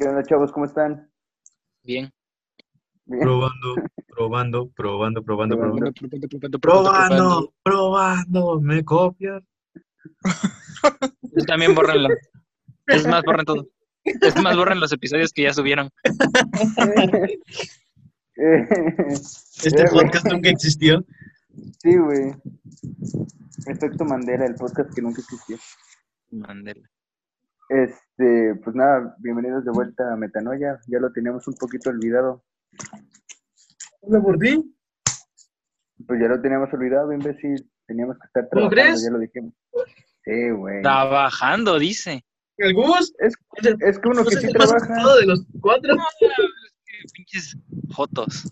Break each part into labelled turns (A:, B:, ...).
A: Hola chavos, ¿cómo están?
B: Bien.
A: Bien.
C: Probando, probando, probando, probando, probando.
A: Probando.
C: Probando, probando, ¿me copias?
B: Yo También borrenlo. Es más, borren todo. Es más, borren los episodios que ya subieron.
A: Eh,
C: Este
A: eh, güey.
C: podcast nunca existió.
A: Sí, güey. Efecto Mandela, el podcast que nunca existió.
B: Mandela.
A: Este, pues nada, bienvenidos de vuelta a Metanoia. Ya lo teníamos un poquito olvidado.
C: ¿Lo mordí?
A: Pues ya lo teníamos olvidado, imbécil. Teníamos que estar
C: ¿Cómo
A: trabajando,
C: crees?
A: ya lo dijimos. Sí, güey.
B: Trabajando, dice.
C: ¿El Gus?
A: Es,
C: Es el-
A: es que uno que
C: Gus Pues es
A: sí
C: el más
A: trabaja.
C: ocupado de los cuatro.
B: Pinches jotos.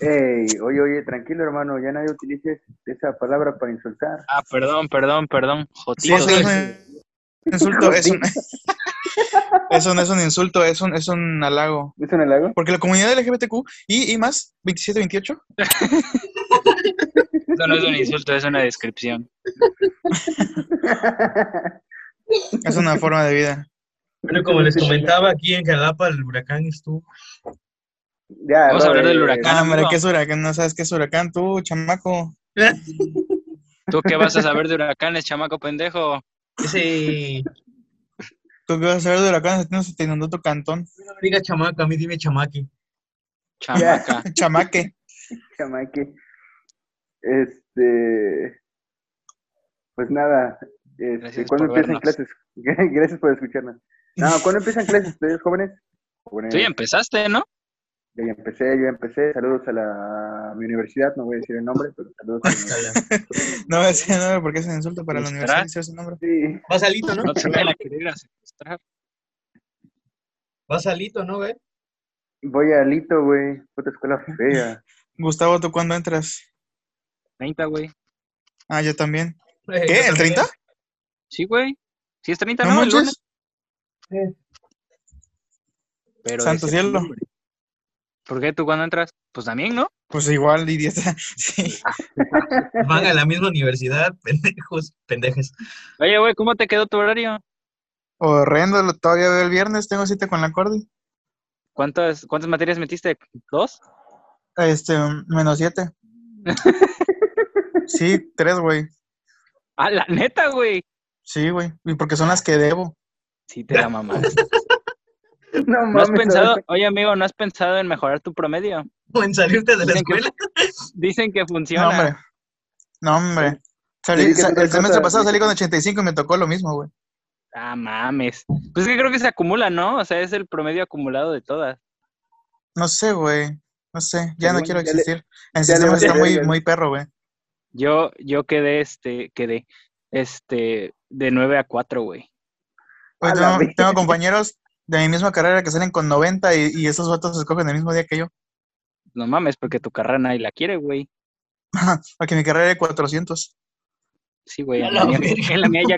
A: Ey, oye, oye, tranquilo, hermano. Ya nadie utilice esa palabra para insultar.
B: Ah, perdón, perdón, perdón.
D: Sí,
B: Jotitos.
D: eso no es un insulto, es un- eso no es un insulto, es un, es un halago.
A: ¿Es un halago?
D: Porque la comunidad LGBTQ y, y más, 27, 28,
B: Eso no es un insulto, es una descripción.
D: es una forma de vida.
C: Bueno, como les comentaba, aquí en Jalapa el huracán estuvo.
A: Ya,
B: Vamos a hablar
A: Robert,
B: del huracán.
D: Ah, mira,
B: amigo.
D: qué es huracán, no sabes qué es huracán, tú, chamaco.
B: ¿Tú qué vas a saber de huracanes, chamaco pendejo?
C: Ese,
D: Tú qué vas a saber de huracán, a ti no se te inundó tu cantón,
C: no me diga chamaca, a mí dime chamaqui.
B: Chamaca.
D: chamaque.
A: Chamaque. Este. Pues nada. Este,
B: Gracias
A: ¿Cuándo
B: por
A: empiezan clases? Gracias por escucharnos. No, ¿cuándo empiezan clases ustedes, jóvenes? Jóvenes,
B: Tú ya empezaste, ¿no?
A: yo ya empecé, yo ya empecé. Saludos a, la, a mi universidad, no voy a decir el nombre, pero saludos a mi universidad.
D: No voy a decir el nombre porque es un insulto para la
B: Ostras.
D: universidad decir ese nombre.
A: Sí,
C: Vas alito, ¿no?
B: No te vayan a querer a secuestrar.
C: Vas alito, ¿no, güey?
A: voy a Alito, güey. Puta escuela fea.
D: Gustavo, ¿tú cuándo entras?
B: 30, güey.
D: Ah, yo también.
C: Eh, yo
D: ¿Qué? ¿El
C: también.
D: 30?
B: Sí, güey. Sí, es 30,
D: ¿No
B: ¿no? El lunes.
D: manches?
B: Pero de
D: Santo cielo.
B: septiembre. ¿Por qué tú cuando entras? Pues también, ¿no?
D: Pues igual, idiota. Sí.
C: Van a la misma universidad, pendejos, pendejes.
B: Oye, güey, ¿cómo te quedó tu horario?
D: Horrendo, lo- todavía veo el viernes, tengo cita con la Cordy.
B: ¿Cuántas, cuántas materias metiste? ¿Dos?
D: Este, menos 7. Sí, tres, güey.
B: Ah, la neta, güey.
D: Sí, güey. Y porque son las que debo.
B: Sí, te la mamás.
A: No
B: ¿No has
A: mames,
B: pensado,
A: Roberto.
B: oye, amigo, ¿no has pensado en mejorar tu promedio?
C: O en salirte de la
B: Dicen que-
C: escuela.
B: Dicen que
D: No,
B: funciona.
D: hombre. No, hombre. Salí-
A: Sí, que
D: sa-
A: otra
D: el semestre
A: cosa,
D: pasado
A: sí.
D: salí con 85 y me tocó lo mismo, güey.
B: ah, mames. Pues es que creo que se acumula, ¿no? O sea, es el promedio acumulado de todas.
D: No sé, güey. No sé. Ya no
A: Según
D: quiero
A: Pues ya le-
D: existir. El
A: ya le
D: sistema
A: vale
D: está muy,
A: verga.
D: muy perro, güey.
B: Yo, yo quedé, este, quedé, este, de 9 a 4, güey.
D: Güey,
A: A la
D: tengo,
A: verga.
D: tengo compañeros de mi misma carrera que salen con 90 y, y esos vatos escogen el mismo día que yo.
B: No mames, porque tu carrera nadie la quiere, güey.
D: Porque mi carrera era 400.
B: Sí, güey.
C: A
B: En,
C: la
B: la mía-
C: verga.
B: en la mía ya...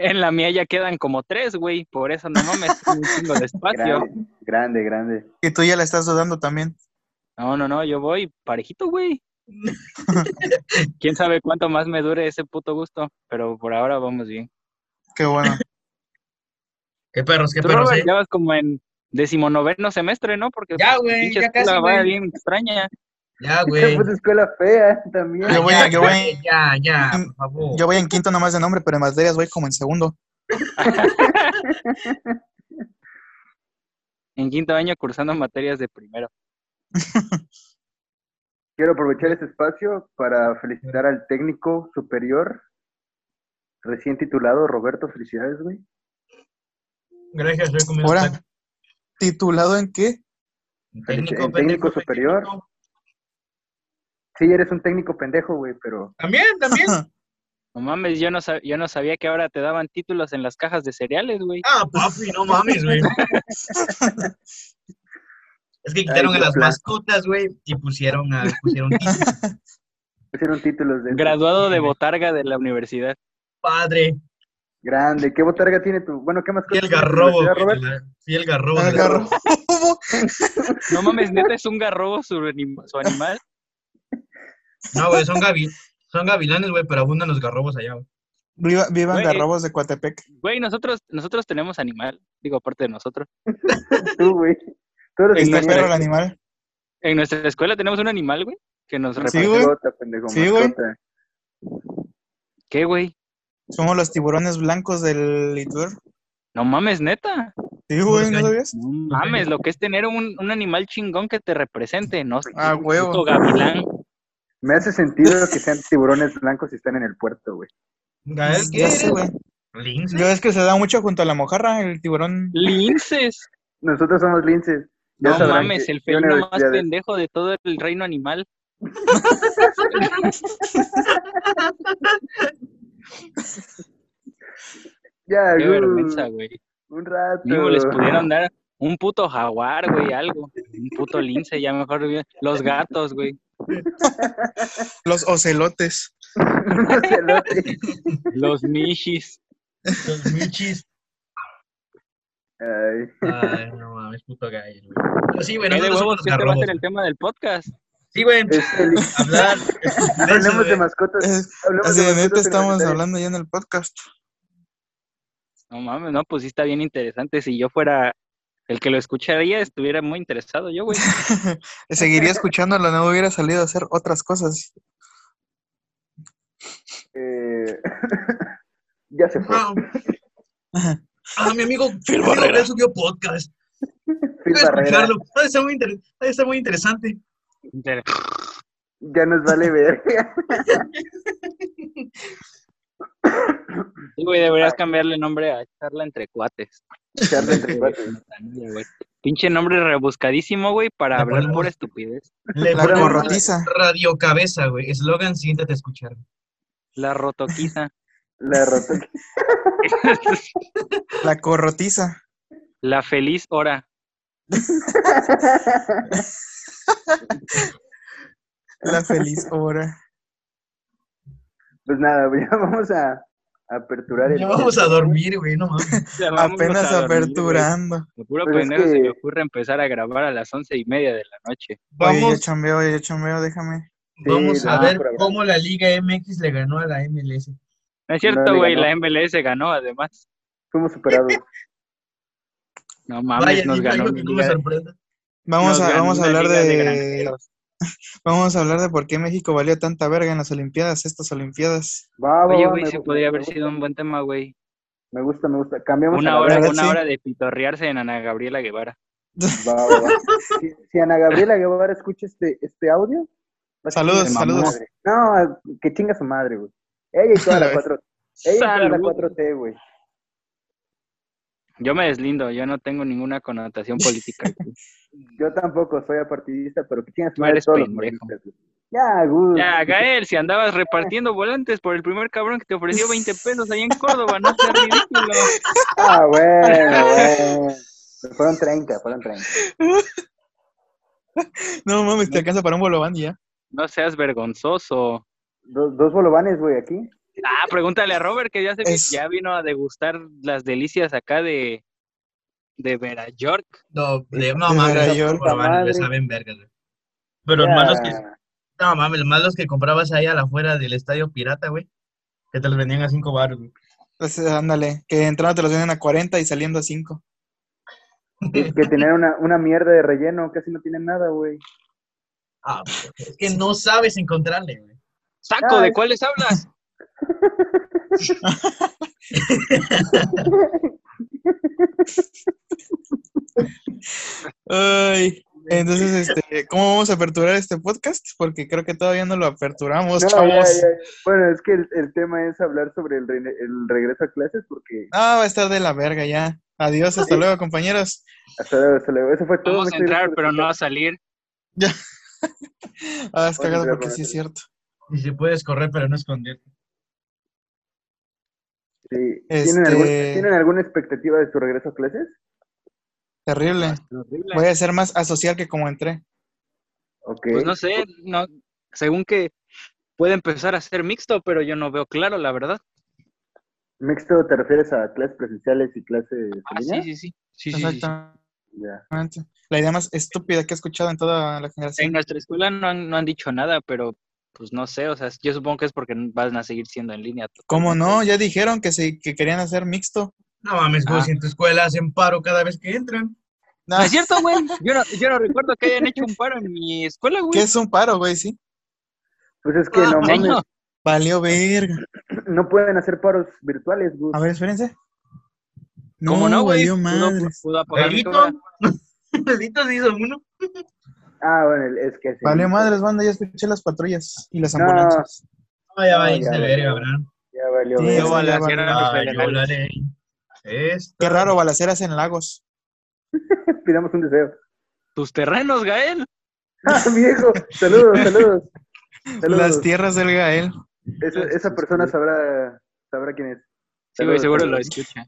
B: En la mía ya quedan como tres, güey. Por eso no mames, tengo un chingo de espacio.
A: Grande, grande, grande.
D: Y tú ya la estás dudando también.
B: No, no, no, yo voy parejito, güey. Quién sabe cuánto más me dure ese puto gusto, pero por ahora vamos bien.
D: Qué bueno.
C: Qué perros, qué
B: Tú,
C: perros.
B: Robert,
C: eh.
B: ya vas como en decimonoveno semestre, ¿no? Porque
C: Ya,
B: pues, tu
C: güey,
B: pinche
C: ya casi,
B: escuela va
C: güey.
B: bien extraña.
C: Ya,
A: Esta
C: güey.
A: puta escuela fea también.
D: Yo voy a- yo voy a-
C: Ya, ya, por favor.
D: Yo voy en quinto nomás de nombre, pero en materias voy como en segundo.
B: En quinto año cursando materias de primero.
A: Quiero aprovechar este espacio para felicitar al técnico superior recién titulado Roberto. Felicidades, güey.
C: Gracias, yo comí un
D: Ahora,
C: taco.
D: ¿titulado en qué?
A: Técnico,
C: pendejo,
A: técnico superior.
C: técnico.
A: Sí, eres un técnico pendejo, güey, pero
C: También, también.
B: No mames, yo no, sab- yo no sabía que ahora te daban títulos en las cajas de cereales, güey.
C: Ah, papi, no mames, güey. Es que quitaron
A: Ay,
C: a las
A: plan.
C: mascotas, güey, y pusieron a pusieron título,
A: pusieron títulos de
B: Graduado de
C: Sí, güey.
B: botarga de la universidad.
C: padre.
A: grande. ¿Qué botarga tiene tu? Bueno, ¿qué más
C: Fui el
A: tiene tu
C: garrobo,
A: universidad,
C: güey,
A: Robert?
C: de la- fui el garrobo.
D: El
C: de la-
D: garrobo.
B: No mames, neta es un garrobo su, anim- su animal.
C: No, güey, son, gavi- son gavilanes, güey, pero abundan los garrobos allá, güey.
D: Viva- vivan de
B: Güey.
D: arrobas de Coatepec.
B: Güey, nosotros, nosotros tenemos animal, digo, aparte de nosotros.
A: Tú, güey. Tú eres
D: Está
A: un
D: perro el
A: animal.
D: animal.
B: En nuestra escuela tenemos un animal, güey, que nos reparte.
D: güey.
A: Mascota, pendejo,
D: Sí, güey.
A: mascota.
B: ¿Qué, güey?
D: Somos los tiburones blancos del Litur.
B: No mames, neta.
C: Pues,
D: Sí, güey, ¿no lo ves?
B: No mames, lo que es tener un, un animal chingón que te represente, no sé,
D: Ah,
B: puto
D: huevo.
B: gavilán.
A: Me hace sentido que sean tiburones blancos y están en el puerto, güey.
C: Gael, ¿qué
D: Ya sé,
C: eres?
D: güey.
C: Lince.
D: Yo es que se da mucho junto a la mojarra, el tiburón.
B: Linces.
A: Nosotros somos linces. Ya
B: No
A: sabrán
B: mames,
A: que-
B: el
A: qué
B: felino más
A: universidades.
B: pendejo de todo el reino animal.
A: Ya,
B: Qué
A: güey,
B: vergüenza, güey.
A: Un rato.
B: Digo, les pudieron dar un puto jaguar, güey, algo. Un puto lince, ya mejor. bien. Los gatos, güey.
D: Los ocelotes.
A: Unos elotes.
B: Los michis.
C: Los michis.
A: Ay,
C: Ay, no mames, puto Gael, güey. Pero sí, güey,
B: ¿Qué de
C: nosotros somos los
B: huevos que te va a hacer
C: garrobos.
B: el tema del podcast?
C: Sí, güey,
A: es el-
C: hablar.
A: Hablemos de
C: güey.
A: mascotas.
D: Es-
A: Hablemos
D: Así de neta
A: mascotas
D: estamos
A: universitarias.
D: hablando ya en el podcast.
B: No mames, no, pues sí está bien interesante. Si yo fuera el que lo escucharía, estuviera muy interesado yo, güey.
D: Seguiría escuchándolo, no hubiera salido a hacer otras cosas.
A: Eh, ya se fue.
C: Ah, ah, mi amigo
D: Phil
C: Phil
D: Barrera.
C: Barrera subió podcast.
A: Phil
C: Voy a
A: Barrera,
C: escucharlo. Ah, está muy, inter- ah, está muy interesante.
B: Inter-
A: ya nos vale ver.
B: Sí, güey,
A: Ah.
B: deberías cambiarle nombre a charla entre cuates.
A: Charla entre cuates.
B: Güey. Pinche nombre rebuscadísimo, güey, para
C: Le
B: hablar
C: ponemos-
B: por estupidez.
C: Le
D: La
A: ponemos-
D: corrotiza.
C: Radio Cabeza, güey. Eslogan, siéntate a escuchar.
B: La rotoquiza.
A: La rota.
D: La corrotiza.
B: La feliz hora.
D: La feliz hora.
A: Pues nada, ya vamos a aperturar el.
C: Ya vamos a dormir, güey, no mames.
B: Ya vámonos
D: Apenas
B: a dormir, güey.
D: aperturando.
B: De puro
A: Pero Pues es
B: pendejo se
A: que-
B: le ocurre empezar a grabar a las once y media de la noche.
D: Oye, yo
C: Vamos,
D: chambeo, yo chambeo, déjame.
C: vamos
A: Sí,
C: a
A: no,
C: ver
A: pero-
C: cómo la Liga MX le ganó a la MLS.
B: No es
A: No
B: cierto,
A: le
B: güey,
A: ganó.
B: la MLS ganó además.
A: Fuimos superados.
B: No mames, nos
C: digo
B: ganó.
C: algo que no me
B: Liga-
C: sorprenda.
D: Vamos
B: nos
D: a,
B: ganó
D: vamos a
B: una
D: hablar
B: liga de
D: de.
B: granjeros.
D: Vamos a hablar de por qué México valió tanta verga en las Olimpiadas, estas Olimpiadas.
A: Va, va,
B: Oye,
A: va,
B: güey,
A: Ah, me
B: sí
A: gusta,
B: podría haber
A: me
B: sido un buen tema, güey.
A: gusta, Me gusta, me gusta. Cambiamos a
B: Una
A: la
B: hora,
D: verdad,
B: una
D: sí.
B: hora de pitorrearse en Ana Gabriela Guevara.
A: Va, va, va. Si, si Ana Gabriela Guevara escucha este, este audio. va a chingar
D: Saludos,
A: a su
B: saludos.
A: madre. No, que chinga su madre, güey. Ella y toda la 4T. Ella y toda la
B: Salud.
A: 4T, güey.
B: Yo me deslindo, yo no tengo ninguna connotación política. güey.
A: Yo tampoco soy apartidista, pero que chinga su
B: No
A: madre
B: eres
A: todos los
B: pendejo.
A: morenistas, güey. Ya, güey.
B: ya, Gael, si andabas repartiendo volantes por el primer cabrón que te ofreció 20 pesos ahí en Córdoba, no seas ridículo.
A: Ah, bueno, bueno. Pero Fueron 30, fueron 30.
D: No mames, te alcanza para un ¿eh? bolobán y ya.
B: No seas vergonzoso.
A: Dos, dos bolovanes, güey, aquí.
B: Ah, pregúntale a Robert que ya se vi-
D: Es-
B: ya vino a degustar las delicias acá de de Vera York.
C: No, de, no mames,
D: De Nueva York.
C: no mames,
A: Madre.
C: le saben verga, güey. Pero
A: Ya.
C: malos que, no mames, malos que comprabas ahí a la afuera del estadio pirata, güey. Que te los vendían a cinco baros, güey.
D: Pues, ándale, que entrando te los venden a 40 y saliendo a 5.
A: Y que tener una, una mierda de relleno, casi no tienen nada, güey.
C: Ah, pues, es que no sabes encontrarle, güey.
B: Saco,
A: Ay.
B: ¿de cuáles hablas?
D: Ay, entonces, este, ¿cómo vamos a aperturar este podcast? Porque creo que todavía no lo aperturamos,
A: No, ya,
D: chavos.
A: ya. Bueno, es que el, el tema es hablar sobre el, re- el regreso a clases, porque
D: Ah, va a estar de la verga ya. Adiós, hasta luego, compañeros.
A: hasta luego, hasta luego. Eso fue todo.
B: Vamos a
A: muchas
B: entrar,
A: gracias por
B: pero no a salir.
D: Ah, es
A: Bueno,
D: cagado
A: ya,
D: porque sí
A: bueno.
D: es cierto.
C: Y si puedes correr, pero no esconder.
A: Sí.
D: Este-
A: ¿Tienen, algún- ¿Tienen alguna expectativa de su regreso a clases?
D: Terrible. Voy a ser más asocial que como entré.
A: Ok.
B: Pues no sé, no, según que puede empezar a ser mixto, pero yo no veo claro, la verdad.
A: Mixto, ¿te refieres a clases presenciales y clases en
B: Ah, sí,
A: línea?
B: sí, sí.
D: Pues
B: Sí, sí, sí, sí.
D: Exactamente.
A: Ya.
D: La idea más estúpida que he escuchado en toda la generación.
B: En nuestra escuela no han, no han dicho nada, pero pues no sé, o sea, yo supongo que es porque van a seguir siendo en línea.
D: ¿Cómo no? Ya dijeron que, se, que querían hacer mixto.
C: No mames, güey,
B: Ah.
C: si en tu escuela hacen paro cada vez que entran.
D: No,
B: Pues No, es cierto, güey. Yo no, yo no recuerdo que hayan hecho un paro en mi escuela, güey.
D: que es un paro, güey, sí.
A: Pues es que
C: Ah,
A: no
B: Ay,
A: mames,
B: no.
D: Valió verga.
A: no pueden hacer paros virtuales, Gus.
D: A ver, espérense. No,
B: ¿Cómo no, pues, güey?
D: valió
B: Pudo,
D: madres.
B: pudo apagar mi
C: Delito.
B: cámara.
C: Delito se hizo uno.
A: Ah, bueno, el- es que... sí.
D: Valió madres, banda. Ya escuché las patrullas y las
A: No.
D: ambulancias.
C: No, Ah, ya va a
A: No,
C: irse
A: ya,
C: verga,
A: ya.
C: ¿verdad?
A: Ya valió
D: Sí,
A: verga.
D: yo valió
B: Las
D: verga.
B: eran los
C: Ah, yo
B: federales.
C: hablaré. Es-
D: Qué raro, balaceras en lagos.
A: Pidamos un deseo.
B: Tus terrenos, Gael.
A: Ah, viejo, saludos, saludos. Saludos.
D: Las tierras del Gael.
A: Esa, esa persona sabrá, sabrá quién es.
B: Sí, güey,
A: Saludos,
B: seguro lo
A: saludos.
B: escucha.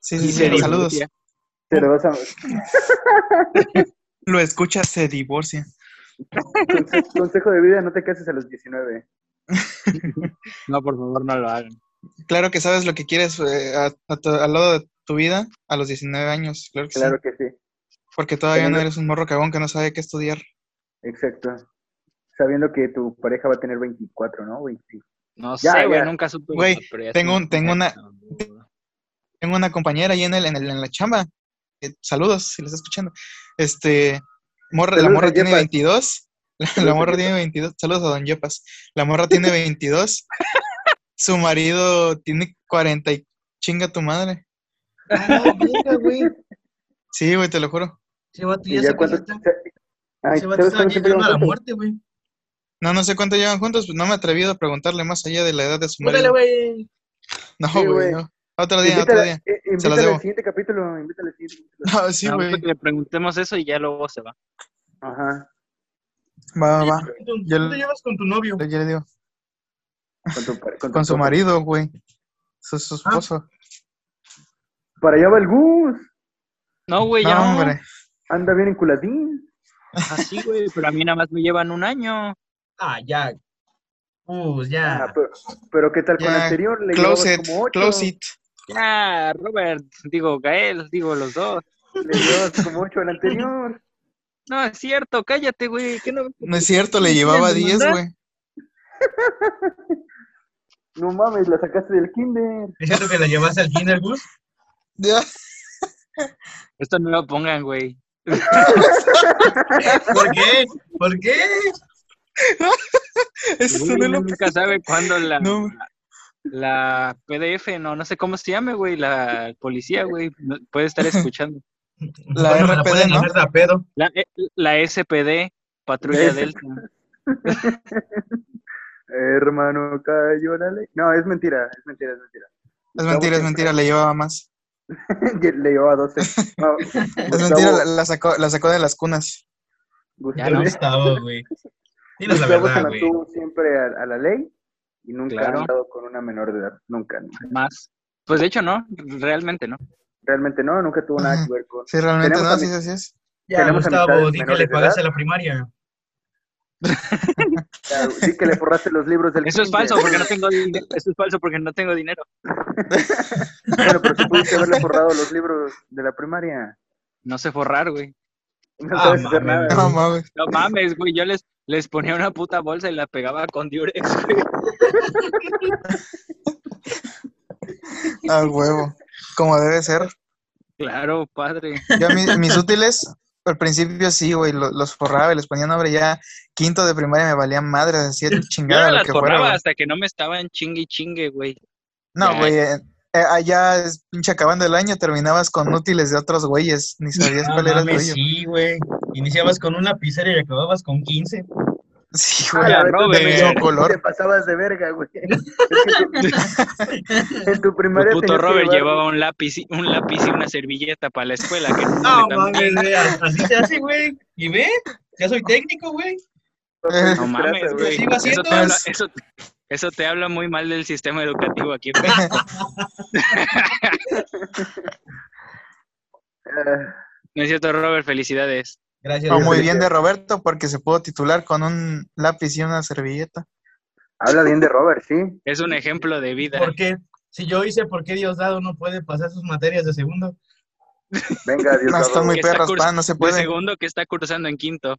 D: Sí,
B: Y
A: se
D: sí, sí.
A: divorcia.
D: Saludos.
B: divorcia.
A: Se lo vas a-
D: Lo escucha, se divorcia.
A: conse- consejo de vida, no te cases a los 19.
B: No, por favor, no lo hagan.
D: Claro que sabes lo que quieres eh, a- a tu- al lado de tu vida a los 19 años. Claro que sí.
A: Claro que sí,
D: Porque todavía no
A: Teniendo-
D: eres un morro cagón que no sabe qué estudiar.
A: exacto. Sabiendo que tu pareja va a tener 24, ¿no? 25.
B: No
A: Ya,
B: sé, güey,
A: ya.
B: nunca supe.
D: Güey,
B: eso, pero ya
D: tengo
B: estoy-
D: un- tengo una- Tengo una compañera ahí en, el, en, el- en la chamba. eh, saludos, si les está escuchando. Este, morra- la
A: Saludos a
D: morra tiene
A: Yepas.
D: 22. La,
A: Saludos a
D: morra
A: Yepas.
D: tiene 22. Saludos a Don Yepas. La morra tiene 22. Su marido tiene 40 y chinga tu madre.
C: Ah,
D: Sí, güey, te lo juro.
C: Ese vato
A: ¿Y
C: ya
A: ya
C: se
A: cuánto?
C: está-
A: Ay,
C: ese vato
A: ¿sabes
C: está
A: cuándo siempre
C: llegando a la
A: llegan juntos?
C: muerte, güey.
D: No, no sé cuánto llevan juntos, pues no me he atrevido a preguntarle más allá de la edad de su
C: Púntale,
D: marido.
C: güey.
D: No,
A: Sí,
D: güey,
A: güey.
D: no. Otro día, otro
A: Invítala,
D: día.
A: eh,
D: Se las
A: invítala
D: debo.
A: al siguiente capítulo, invítala al siguiente capítulo.
D: No, sí,
B: No,
D: güey.
B: pues, le preguntemos eso y ya luego se va.
A: Ajá, Ah,
D: Va, va, va.
C: ¿Tú
D: Yo-
C: te llevas con tu novio?
D: Yo le digo.
A: con, tu, par- tu
D: Con su
A: esposo.
D: marido, güey. Su, su
C: Ah.
D: esposo.
A: Para allá va el Gus,
B: No, güey, pues ya.
D: No,
B: no.
D: hombre.
A: anda bien enculadín.
B: Así, güey, pero a mí nada más me llevan un año.
C: Ah, ya. Uh,
A: Ah,
C: ya.
A: pero, pero ¿qué tal con
D: Ya,
A: la anterior? Le llevabas
D: Closet,
A: Pues como ocho.
D: closet.
B: Ya, Robert, digo Gael, digo los dos.
A: Le llevabas como ocho al anterior.
B: No, es cierto, cállate, güey. ¿Qué no?
D: No es cierto, le
B: ¿Me
D: llevaba
B: quieren
D: 10,
B: demandar?
D: güey.
A: No mames, la sacaste del kinder.
C: ¿Es cierto que la llevas al kinder bus?
D: Ya,
B: Esto no lo pongan, güey.
C: ¿Por qué? ¿Por qué?
D: Eso
B: Güey,
D: no
B: uno
D: lo...
B: nunca sabe cuándo la,
D: No.
B: la PDF, no, no sé cómo se llame, güey, la policía, güey, no- puede estar escuchando.
D: La
C: Bueno, me
D: RPD,
C: pueden
D: ¿no?
C: hacer de a pedo.
B: La, eh, la SPD, Patrulla
A: La S-
B: Delta.
A: Hermano, cayó la ley. No, es mentira, es mentira, es mentira.
D: Es mentira, es mentira, le llevaba más.
A: Le llevaba 12. No,
D: Es mentira, la, la sacó, la sacó de las cunas.
A: Gustavo,
B: Ya no.
C: ¿Dónde estaba, güey? Dinos la
A: Gustavo se
C: verdad, güey.
A: mantuvo siempre a, a la ley y nunca
B: Claro.
A: ha andado con una menor de edad. Nunca, nunca.
B: Más. Pues de hecho, no, realmente no.
A: Realmente no, nunca tuvo nada que ver con.
D: Sí, realmente,
A: Tenemos
D: no, sí,
A: también-
D: sí, sí.
C: Ya,
A: Tenemos
C: Gustavo,
A: amistades
C: di que
A: menores
C: le
A: de
C: pagaste
A: edad.
C: la primaria.
A: Claro, sí que le forraste los libros del
B: Eso es
A: kinder.
B: falso porque no tengo dinero. Eso es falso porque no tengo dinero.
A: Bueno, pero tú pudiste haberle forrado los libros de la primaria.
B: No sé forrar, güey.
A: No
C: Ah,
A: sabes hacer
C: mames.
A: nada.
D: No mames.
B: No mames, güey. Yo les, les ponía una puta bolsa y la pegaba con diurex, güey.
D: Al huevo. Como debe ser.
B: Claro, padre.
D: Yo mi- mis útiles, al principio sí, güey, lo- los forraba y les ponía nombre. Ya quinto de primaria me valían madres, así
B: Yo no
D: chingada lo
B: las
D: que fuera.
B: forraba
D: güey.
B: hasta que no me estaban chingue y chingue, güey.
D: No,
B: Ya.
D: güey, eh, eh, allá es pinche acabando el año, terminabas con útiles de otros güeyes, ni sabías
C: Ah,
D: cuál era el
C: mames,
D: tuyo.
C: sí, güey. Iniciabas con un lapicero y acababas con 15.
D: Sí,
A: Ah,
D: güey.
B: la
A: verdad,
B: Robert.
A: también
D: Mismo
A: te-
D: color.
A: Te pasabas de verga, güey. Es que tu- en tu
B: El
A: primaria
B: puto
A: tenías que
B: Robert
A: llevar-
B: llevaba un lápiz, y- un lápiz y una servilleta para la escuela. Que
C: No,
B: no,
C: mames, güey. Así se hace, güey. ¿Y ve? Ya soy técnico, güey.
D: Eh,
B: no mames,
A: Espérate,
B: güey.
C: Sigo
B: Eso
C: haciendo
B: te, habla,
D: es-
B: eso, eso te habla muy mal del sistema educativo aquí. güey.
A: Ah,
B: No es cierto, Robert, felicidades.
C: Gracias.
D: No,
A: Vamos.
D: muy bien de Roberto porque se pudo titular con un lápiz y una servilleta.
A: habla bien de Robert, sí.
B: Es un ejemplo de vida.
C: ¿Por qué? Si yo hice por qué Diosdado no puede pasar sus materias de segundo.
A: Venga, Dios
D: No, están
A: dado.
D: muy
B: Que está
D: perros,
B: curs-
D: pa, no se
B: De
D: puede.
B: segundo que está cursando en quinto.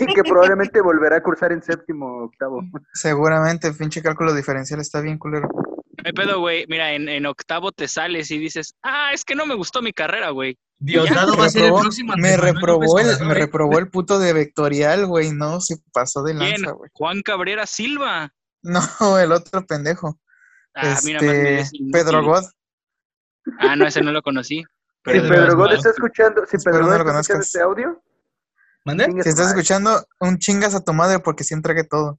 A: Y que probablemente volverá a cursar en séptimo o octavo.
D: Seguramente, pinche cálculo diferencial está bien culero.
B: No hay pedo, güey. Mira, en, en octavo te sales y dices, ah, es que no me gustó mi carrera, güey.
C: Diosdado va a ser el
D: Reprobó-
C: próximo.
D: me
C: Andrés Manuel
D: reprobó
C: López
D: el, me
C: Obrador, ¿eh?
D: reprobó el puto de vectorial, güey. No, se pasó de
B: ¿Quién?
D: lanza, güey.
B: Juan Cabrera Silva.
D: No, el otro pendejo.
B: Ah, mira, más bien
D: este,
B: es inútil.
D: Pedro God.
B: Ah, no, ese no lo conocí.
A: Si
B: Pero
C: Sí,
A: Pedro
C: Dios
A: God
C: dado.
A: está escuchando, si
D: Espero
A: Pedro
D: no
A: God
D: lo
A: está escuchando
D: conozcas.
A: este audio,
C: ¿Mande?
A: chinga
D: Si
A: su
D: estás
A: madre.
D: escuchando, un chingas a tu madre porque sí entregué todo.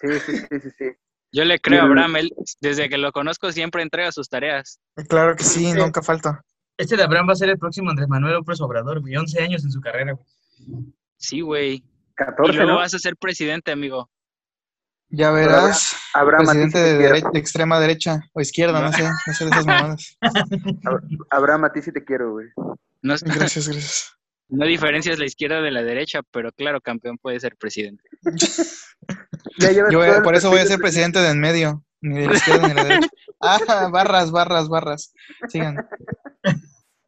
A: Sí, sí, sí, sí, sí.
B: yo le creo a
A: Mira.
B: Abraham. él, desde que lo conozco siempre entrega sus tareas.
D: Claro que sí,
C: Sí.
D: nunca falta.
C: Este de Abraham va a ser el próximo Andrés Manuel López Obrador, güey. 11 años en su carrera, güey.
B: Sí, güey. Y
A: 14,
B: luego
A: ¿no?
B: vas a ser presidente, amigo.
D: Ya
A: habrá-
D: verás.
A: Abraham Matiz
D: presidente de,
A: te quiero.
D: dere- de extrema derecha o izquierda, no,
B: No.
D: sé, no sé de esas mamadas.
A: Abraham Matiz sí te quiero, güey.
B: No,
D: Gracias, gracias.
B: no diferencias la izquierda de la derecha, pero claro, campeón puede ser presidente.
A: Ya llevas
D: Yo voy-
A: todo el
D: por eso voy a
A: perfil
D: ser
A: de-
D: presidente de en medio, ni de la izquierda ni de la derecha. Ah, barras, barras, barras. Sigan.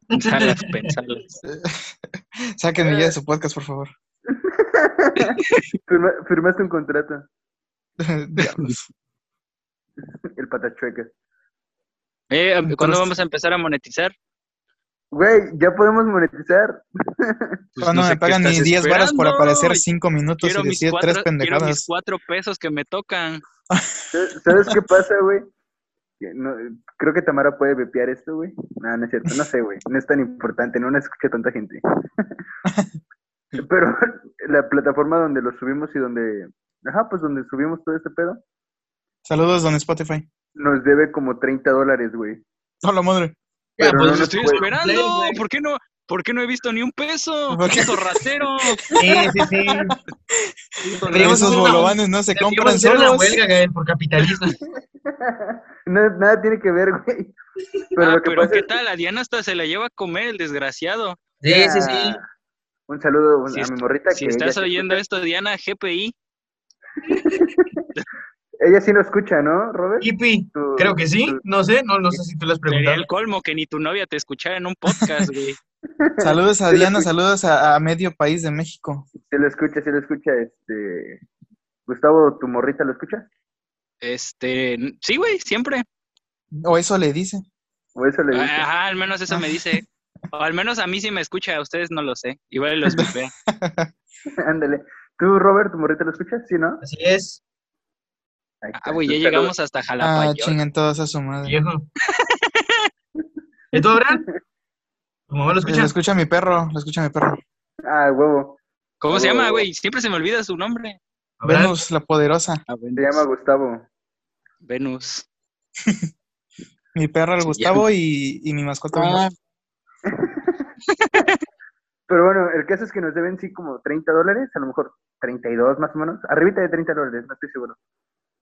B: Pensalas, pensalas.
D: Sáquenme ya de su podcast, por favor.
A: Firma- firmaste un contrato,
B: Pues
D: Diablos.
A: el patachueca.
B: Eh, ¿Cuándo
D: Entonces-
B: vamos a empezar a monetizar?
A: Güey, ya podemos monetizar.
B: Pues no
D: Cuando
B: sé
D: me
B: qué
D: pagan
B: estás
D: mis 10 varas por
B: esperando.
D: aparecer 5 minutos
B: Quiero
D: y
B: mis,
D: decir
B: cuatro,
D: tres
B: quiero mis
D: pendejadas.
B: cuatro pesos que me tocan.
A: ¿Sabes qué pasa, güey? Que no- creo que Tamara puede bepear esto, güey. No, no es cierto, no sé, güey. No es tan importante, no nos escucha tanta gente. Pero la plataforma donde lo subimos y donde. Ajá, pues donde subimos todo este pedo,
D: Saludos, don Spotify.
A: nos debe como 30 dólares, güey.
D: Hola, madre.
A: Pero
B: Pues
A: no
B: lo
A: nos
B: estoy
A: puede-
B: esperando.
C: güey.
B: ¿Por qué no? ¿Por qué no he visto ni un peso?
D: ¿Por qué?
B: ¡Qué torracero!
C: Sí, sí, sí.
D: Pero
C: Deberíamos
D: esos
C: hacer una-
D: bolovanes no se
C: Deberíamos
D: compran
C: hacer una
D: solos.
C: huelga, Gael, por capitalismo.
A: No, nada tiene que ver, güey. Pero
B: Ah,
A: lo que
B: pero
A: pasa
B: ¿qué
A: es-
B: tal? A Diana hasta se la lleva a comer, el desgraciado.
C: Sí, sí, sí.
A: Ah. Un saludo
B: Si
A: a
B: es-
A: mi morrita.
B: Si
A: que ella
B: estás
A: sí
B: oyendo
A: escucha.
B: esto, Diana, GPI.
A: Ella sí lo escucha, ¿no, Robert?
C: Hippie,
A: Tu-
C: creo que sí.
A: tu-
C: No sé, no, no sé si tú lo has
B: Sería
C: preguntado.
B: el colmo que ni tu novia te escuchara en un podcast, güey.
D: Saludos a
A: Sí, lo
D: Diana,
A: escucho.
D: saludos a, a medio país de México.
A: Sí lo escucha, sí lo escucha, este... Gustavo, ¿tu morrita lo escucha?
B: Este, sí, güey, siempre. Ah,
D: O eso le dice.
A: O eso le dice.
B: Ajá, al menos eso me dice. O al menos a mí sí me escucha, a ustedes no lo sé. Igual los bipea.
A: Ándale. ¿Tú, Robert, tu morrita lo escucha? ¿Sí, no?
C: Así es,
A: Ahí está,
B: Ah, güey, ya
A: un
B: llegamos hasta
D: Ah,
B: Jalapayo.
D: chingan todos a su madre.
C: viejo. ¿Y tú, Abraham? ¿Tu mamá lo
D: Eh, Lo
C: escucha?
D: escucha mi perro, lo escucha mi perro.
A: saludo. Ah, huevo.
B: ¿Cómo se
A: Oh.
B: llama, güey? Siempre se me olvida su nombre.
C: Abraham,
D: Venus, la poderosa.
B: Ah,
A: Se llama Gustavo.
B: Venus.
D: Mi perro, el
B: Sí,
D: Gustavo, y, y mi mascota.
B: Ah.
D: Venus.
A: Pero bueno, el caso es que nos deben, sí, como 30 dólares, a lo mejor 32 más o menos. Arribita de 30 dólares, no estoy seguro.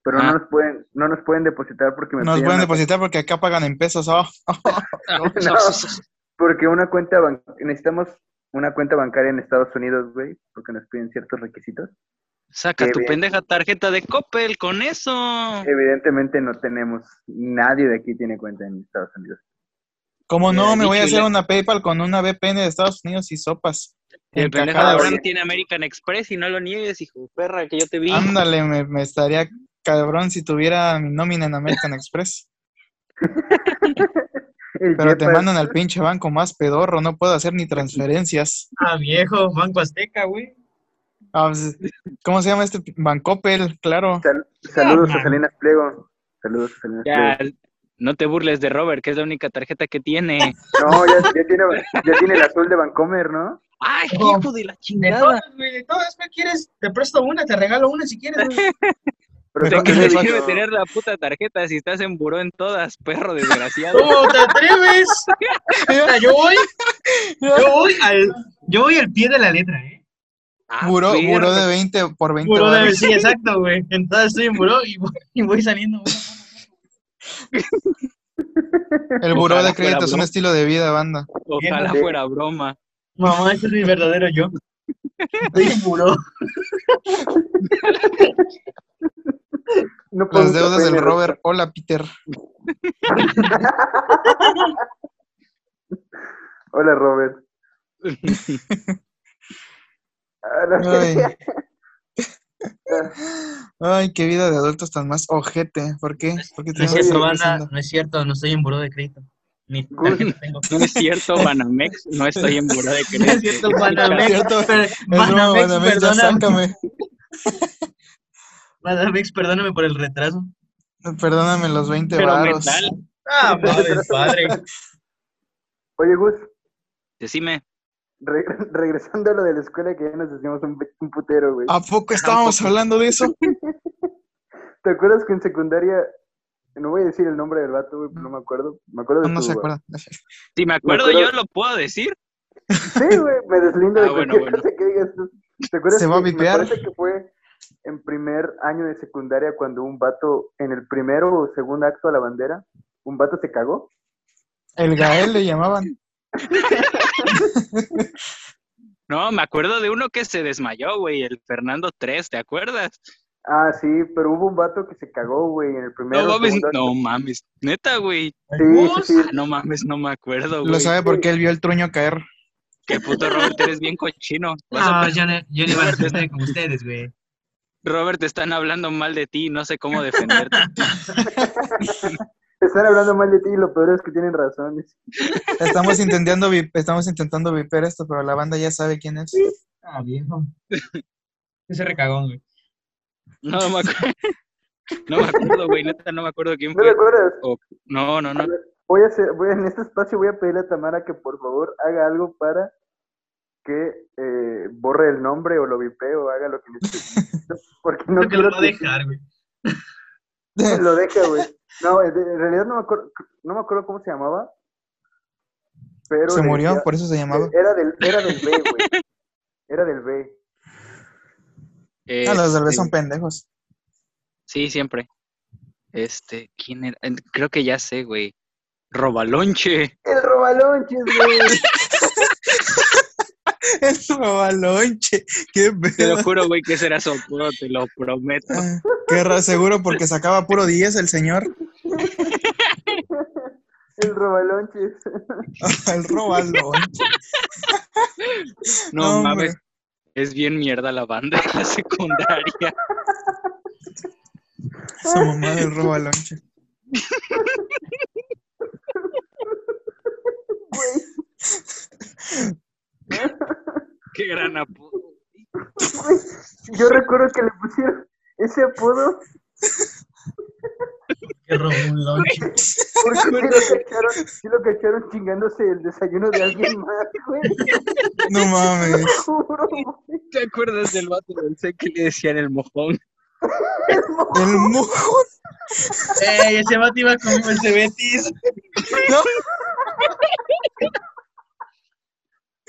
A: Pero
B: Ah.
A: no nos pueden, no nos pueden depositar porque me
D: Nos
A: piden
D: pueden
A: una-
D: depositar porque acá pagan en pesos. oh.
A: No. Porque una cuenta ban- necesitamos una cuenta bancaria en Estados Unidos, güey, porque nos piden ciertos requisitos.
B: Saca
A: Qué
B: tu
A: bien.
B: pendeja tarjeta de Coppel con eso.
A: Evidentemente no tenemos, nadie de aquí tiene cuenta en Estados Unidos.
D: ¿Cómo no?
B: Mira,
D: Me voy a hacer
B: híjole.
D: una PayPal con una VPN de Estados Unidos y sopas.
B: El pendejo de
D: Encajadas.
B: Abraham tiene American Express y no lo niegues, hijo de perra, que yo te vi.
D: Ándale, me, me estaría cabrón si tuviera mi nómina en American Express.
A: El
D: Pero te
A: Yepas-
D: mandan al pinche banco más pedorro, no puedo hacer ni transferencias.
C: ah, viejo, Banco Azteca, güey.
D: Ah, pues, ¿Cómo se llama este? Bancopel, claro.
A: sal- saludos
C: man.
A: a Salinas Pliego. Saludos a Salinas
B: Ya,
A: Pliego.
B: Este, no te burles de Robert, que es la única tarjeta que tiene.
A: No, ya, ya tiene, ya tiene el azul de Vancomer, ¿no?
B: ¡Ay,
C: No.
B: hijo de la
C: De
B: chingada!
C: todas, güey, de todas, güey, quieres, te presto una, te regalo una si quieres, güey.
A: Pero
D: ¿De
A: no
B: ¿De qué
A: sé
B: te
D: le
A: si-
D: digo?
B: sirve tener la puta tarjeta si estás en buró en todas, perro desgraciado?
C: ¿Cómo te atreves? Puta, Yo voy, yo voy al, yo voy al pie de la letra, ¿eh?
B: Ah,
D: Buró,
B: perro.
D: buró de 20 por 20
C: Buró de,
D: varos.
C: sí, exacto, güey. Entonces estoy en buró y voy, y voy saliendo. güey.
D: El buró
B: Ojalá
D: de crédito
B: fuera
D: es un
B: buró.
D: estilo de vida, banda.
B: Ojalá
A: Sí.
B: fuera broma.
C: Mamá, este es mi verdadero yo. Estoy en buró.
A: no puedo
D: Las
A: usar
D: deudas del
A: pene,
D: Robert. Hola, Peter.
A: Hola, Robert. A la
D: Ay.
A: verga.
D: Ay, qué vida de adultos tan más ojete. ¿Por qué? ¿Por qué
C: No es
D: tenemos que
C: cierto,
D: seguir
C: banda,
D: haciendo?
C: no es cierto, no estoy en buró de crédito. Ni
A: Good.
C: tarjeta tengo.
B: No es cierto, Banamex, no estoy en buró de crédito.
C: No es cierto, Banamex.
D: cierto.
C: per-
D: Es broma,
C: Banamex,
D: Banamex, ya
C: perdóname.
D: sácame.
C: Banamex, perdóname por el retraso.
D: Perdóname los 20
B: Pero
D: varos.
B: metal,
C: Ah, padre, padre.
A: Oye, Gus,
B: decime,
A: re- regresando a lo de la escuela que ya nos decíamos un, pe- un putero, güey.
D: ¿A poco estábamos hablando de eso?
A: ¿Te acuerdas que en secundaria, no voy a decir el nombre del vato, güey, no me acuerdo. Me acuerdo de
D: Mm. No, no
A: su-
D: se acuerdan.
B: si me acuerdo
A: acuerdo-
B: yo lo puedo decir.
A: Sí, güey, me deslindo de
B: Ah, bueno,
A: cualquier
B: bueno.
A: cosa que digas tú. ¿Te acuerdas?
D: Se va a
A: que me
D: vipear.
A: parece que fue en primer año de secundaria cuando un vato, en el primero o segundo acto a la bandera, un vato se cagó.
D: El Gael le llamaban.
B: No, me acuerdo de uno que se desmayó, güey, el Fernando 3, ¿te acuerdas?
A: Ah, sí, pero hubo un vato que se cagó, güey, en el primero.
B: No mames,
A: segundo acto.
B: no mames, neta, güey.
A: Sí, sí, sí.
B: Ah, no mames, no me acuerdo,
D: Lo
B: güey.
D: sabe porque él vio el truño caer.
B: Qué puto Robert, eres bien cochino. Vas a-
C: No, yo no, yo no iba a responder como ustedes, güey.
B: Robert, te están hablando mal de ti, no sé cómo defenderte.
A: Están hablando mal de ti y lo peor es que tienen razón.
D: Estamos intentando, vi- estamos intentando viper esto, pero la banda ya sabe quién es.
C: Ah, viejo. Ese recagón, güey.
B: No me acuerdo. No me acuerdo, güey, neta, no me acuerdo quién
A: ¿No te
B: fue.
A: acuerdas?
B: No, no, no.
A: Voy a hacer, voy, en este espacio voy a pedirle a Tamara que por favor haga algo para que eh, borre el nombre o lo vipee o haga lo que necesite. Porque no
C: Creo que lo
A: quiero
C: voy a dejar, güey.
A: que lo deje, güey. No, en en realidad no me acuerdo, no me acuerdo cómo se llamaba. Pero
D: Se
A: le
D: murió,
A: decía-
D: por eso se llamaba.
A: Era del, era del B, güey. Era del B.
B: Eh,
D: Ah, los del B
B: sí.
D: son pendejos.
B: Sí, siempre. Este, ¿quién era? Eh, Creo que ya sé, güey. Robalonche.
A: El robalonches, güey.
D: El robalonche. Qué
B: Te lo
D: pedo.
B: juro, güey, que ese era su apodo, te lo prometo.
D: Ah, Qué ra- seguro porque sacaba puro 10 el señor.
A: El robalonches.
D: El robalonche.
B: No
D: hombre.
B: mames, es bien mierda la banda de la secundaria.
D: Su mamá del robalonche.
B: Qué gran apodo.
A: Güey, Yo recuerdo que le pusieron ese apodo
C: Que robó un lonche.
A: porque sí lo cacharon, sí lo cacharon chingándose el desayuno de alguien más, güey.
D: No mames.
A: Juro, güey.
B: ¿Te acuerdas del vato del C que le decían el mojón?
D: El mojón.
C: ¡Ey, ese vato iba como el Cebetis!
D: No,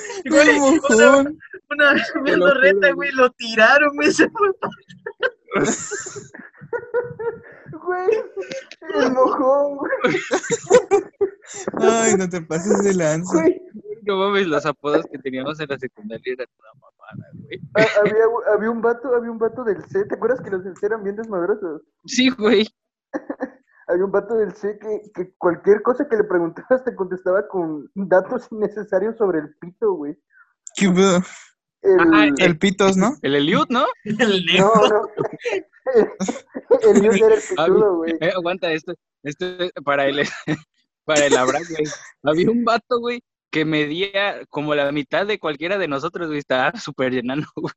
C: Güey,
D: el
C: una-
D: mojón.
C: Una vez
B: Te
C: me
B: lo
C: lo
B: juro,
C: reta,
B: güey.
C: güey, lo tiraron, güey. ese vato.
A: Güey, el mojón, güey.
D: Ay, no te pases de lanza.
A: güey.
B: No mames, los apodos que teníamos en la secundaria eran una mamada, güey.
A: Ha- Había, Ah, había un vato, había un vato del C, ¿te acuerdas que los del C eran bien desmadrosos?
B: Sí, güey.
A: Había un vato del C que, que cualquier cosa que le preguntabas te contestaba con datos innecesarios sobre el pito, güey.
D: Qué pedo.
A: El-
B: Ah, eh.
D: El pitos, ¿no?
B: El Eliud, ¿no?
C: El
A: no,
C: negro.
A: no. El, el Dios era el pitudo, güey.
B: Eh, aguanta esto, esto es para el para el Abraham, güey. Había un vato, güey, que medía como la mitad de cualquiera de nosotros, güey, estaba súper llenando, güey.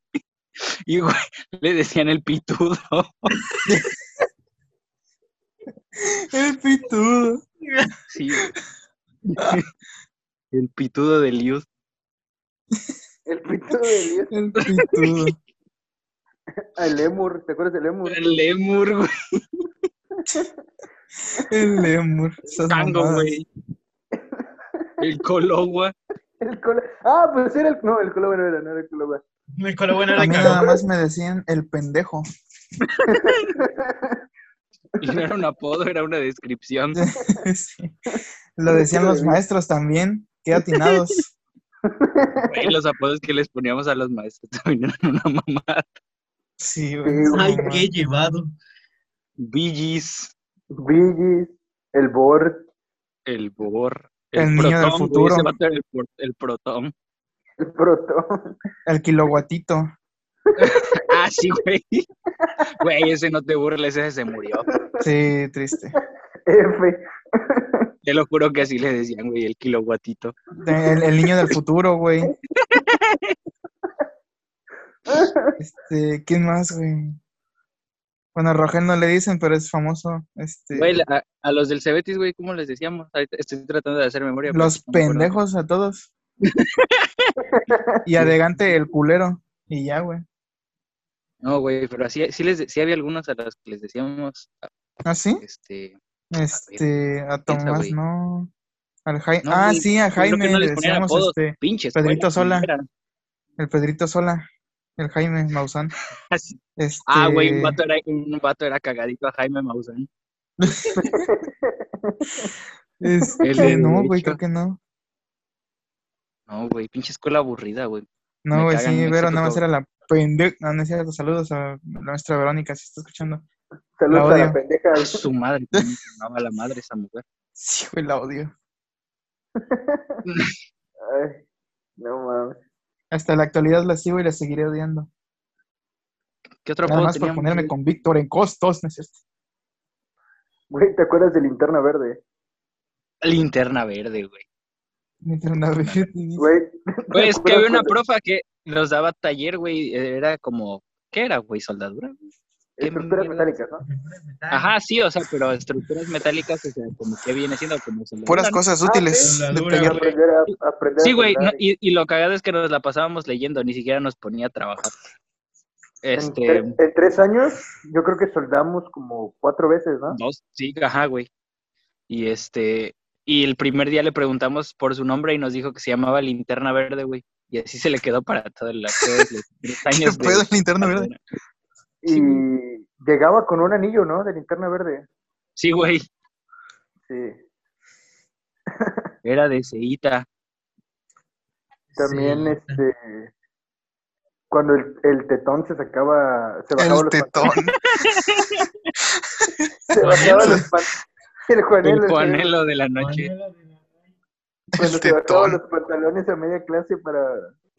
B: Y güey, le decían el pitudo.
D: El pitudo.
B: Sí. güey. El pitudo de Eliud.
A: El pitudo de Dios.
D: El pitudo.
A: El Lemur, ¿te acuerdas del Lemur?
B: El lemur, güey.
D: El lemur. esas
B: Tango,
D: mamadas.
B: güey. El cologua.
A: El colo... Ah, pues era el. No, el colo no era, no era el colo.
C: Me coló bueno
D: A
C: era
D: mí
C: cagón.
D: nada más me decían el pendejo.
B: Y no era un apodo, era una descripción.
D: Sí. Lo decían los maestros también. Qué atinados.
B: Güey, los apodos que les poníamos a los maestros también eran una mamada.
D: Sí, güey.
A: Sí,
D: esas
A: güey.
C: Ay,
D: mamadas.
C: qué llevado.
B: Billys,
A: Billys, el Borg,
B: el bor.
D: El niño del
B: güey,
D: futuro.
B: ese vato era el, por- el protón.
A: El protón.
D: El kiloguatito.
B: Ah, sí, güey. Güey, ese no te burles, ese se murió.
D: Sí, triste.
A: F.
B: Te lo juro que así le decían, güey, el kiloguatito.
D: El, el niño del futuro, güey. Este, ¿quién más, güey? Bueno, a Rogel no le dicen, pero es famoso. Este,
B: Güey, a, a los del Cebetis, güey, ¿cómo les decíamos? Ahorita Estoy tratando de hacer memoria. pero
D: los
B: no me acuerdo.
D: pendejos a todos. Y a Degante el culero. Y ya, güey.
B: No, güey, pero así, sí, les, de- sí había algunos a los que les decíamos,
D: ¿Ah, sí?
B: este...
D: Este, a Tomás,
B: güey.
D: no. Al Jai-
B: No,
D: ah,
B: güey,
D: sí, a
B: creo que
D: Jaime
B: no
D: le
B: les ponían
D: decíamos
B: apodos.
D: este,
B: pinches.
D: Pedrito
B: güey,
D: Sola.
B: era.
D: el Pedrito Sola, el Jaime Maussan. Este,
B: Ah, güey, un vato, era, un vato era cagadito a Jaime Maussan.
D: este,
B: El de
D: no, güey,
B: derecho.
D: creo que no.
B: No, güey, pinche escuela aburrida, güey. Me
D: No, güey,
B: cagan,
D: sí,
B: me
D: Vero,
B: siento
D: nada más
B: todo.
D: era la pendeja. No, no es cierto, saludos a nuestra Verónica, si está escuchando.
A: Saludos
D: La
A: a la
D: odio.
A: pendeja.
B: A su madre, cómo me sonaba la madre esa mujer.
D: Sí, güey, la odio.
A: Ay, no mames.
D: Hasta la actualidad la sigo y la seguiré odiando.
B: ¿Qué otro
D: Nada
B: apodo
D: más por
B: teníamos?
D: ponerme
B: güey?
D: con Víctor en costos, ¿no es cierto?
A: Güey, ¿te acuerdas de Linterna Verde?
B: Linterna verde, güey.
D: Me entró una vez y-
A: Güey.
B: Güey, es que
A: acuerdas
B: había una
A: cuando-
B: profa que nos daba taller, güey. Era como, ¿qué era, güey? ¿Soldadura? ¿Qué
A: Estructuras
B: mierda?
A: metálicas, ¿no?
B: Ajá, sí, o sea, pero estructuras metálicas, o sea, como que viene siendo como soldadura.
D: Puras
B: ¿no?
D: cosas
A: Ah,
D: útiles.
C: sí.
D: de
C: Soldadura,
D: taller.
C: güey.
A: Aprender a, aprender
B: Sí,
A: a
B: güey,
A: soldar
B: no, y, y lo cagado es que nos la pasábamos leyendo, ni siquiera nos ponía a trabajar.
A: En
B: Este,
A: tre- en tres años, yo creo que soldamos como cuatro veces, ¿no?
B: Dos, sí, ajá, güey. Y este, y el primer día le preguntamos por su nombre y nos dijo que se llamaba Linterna Verde, güey. Y así se le quedó para todos los todos los tres
D: ¿Qué
B: años. de-
D: pedo, linterna, verdad?
A: Y llegaba con un anillo, ¿no? De linterna verde.
B: Sí, güey,
A: Sí.
B: era de Ceita.
A: También,
C: Sí.
A: este. Cuando el, el tetón se sacaba. Se bajaba
D: El
A: los
D: tetón.
A: pantalones. Se bajaba los pantalones. El Juanelo.
B: El
A: el
B: Juanelo de la noche.
A: Cuando
D: El
A: se bajaba
D: tetón.
A: los pantalones a media clase para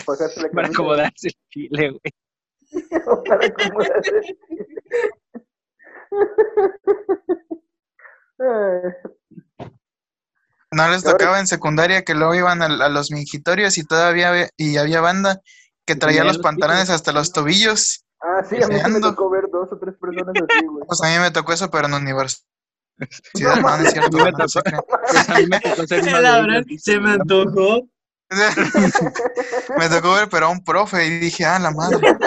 A: bajarse la
B: Para
A: camisa.
B: acomodarse el chile, güey.
A: para acomodarse. Ay,
D: No les
A: Ahora-
D: tocaba en secundaria que luego iban a, a los mingitorios y todavía había, y había banda que traía
B: tenían
D: los
B: los
D: pantalones
B: picos,
D: hasta los tobillos.
A: Ah, sí, a mí sí me
D: Deseando.
A: tocó ver dos o tres personas así, güey.
D: Pues a mí me tocó eso, pero en universidad. no, no es cierto,
B: me
D: no se crean.
B: Pues a mí me tocó ser uno de
C: La
B: ellos,
C: verdad,
B: güey.
C: se me antojó.
D: me tocó ver, pero a un profe y dije, ah, la madre.
A: A ver,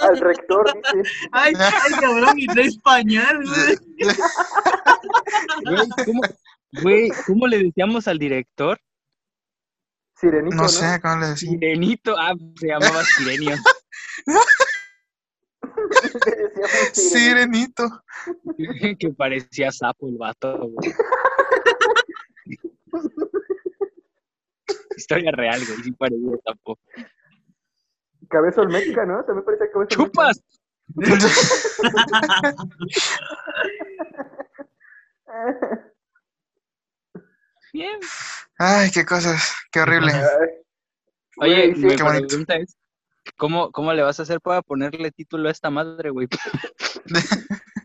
A: Al rector, dice.
C: Ay, ay, cabrón, y traes pañal, güey.
B: Güey, ¿cómo, güey, ¿cómo le decíamos al director?
A: Sirenito, ¿no?
D: No sé cómo le decía.
B: Sirenito, ah, se llamaba Sirenio.
A: Le decíamos sirenito.
D: Sirenito.
B: que parecía sapo el vato, güey. Historia real, güey, sí parecía sapo.
A: Cabeza olmeca, ¿no? También parecía cabeza olmeca.
B: ¡Chupas! Bien.
D: Ay, qué cosas, qué horrible.
A: Ay,
B: Oye,
A: Güey, sí,
B: mi
D: qué bonito.
B: pregunta es, ¿cómo, ¿cómo le vas a hacer para ponerle título a esta madre, güey?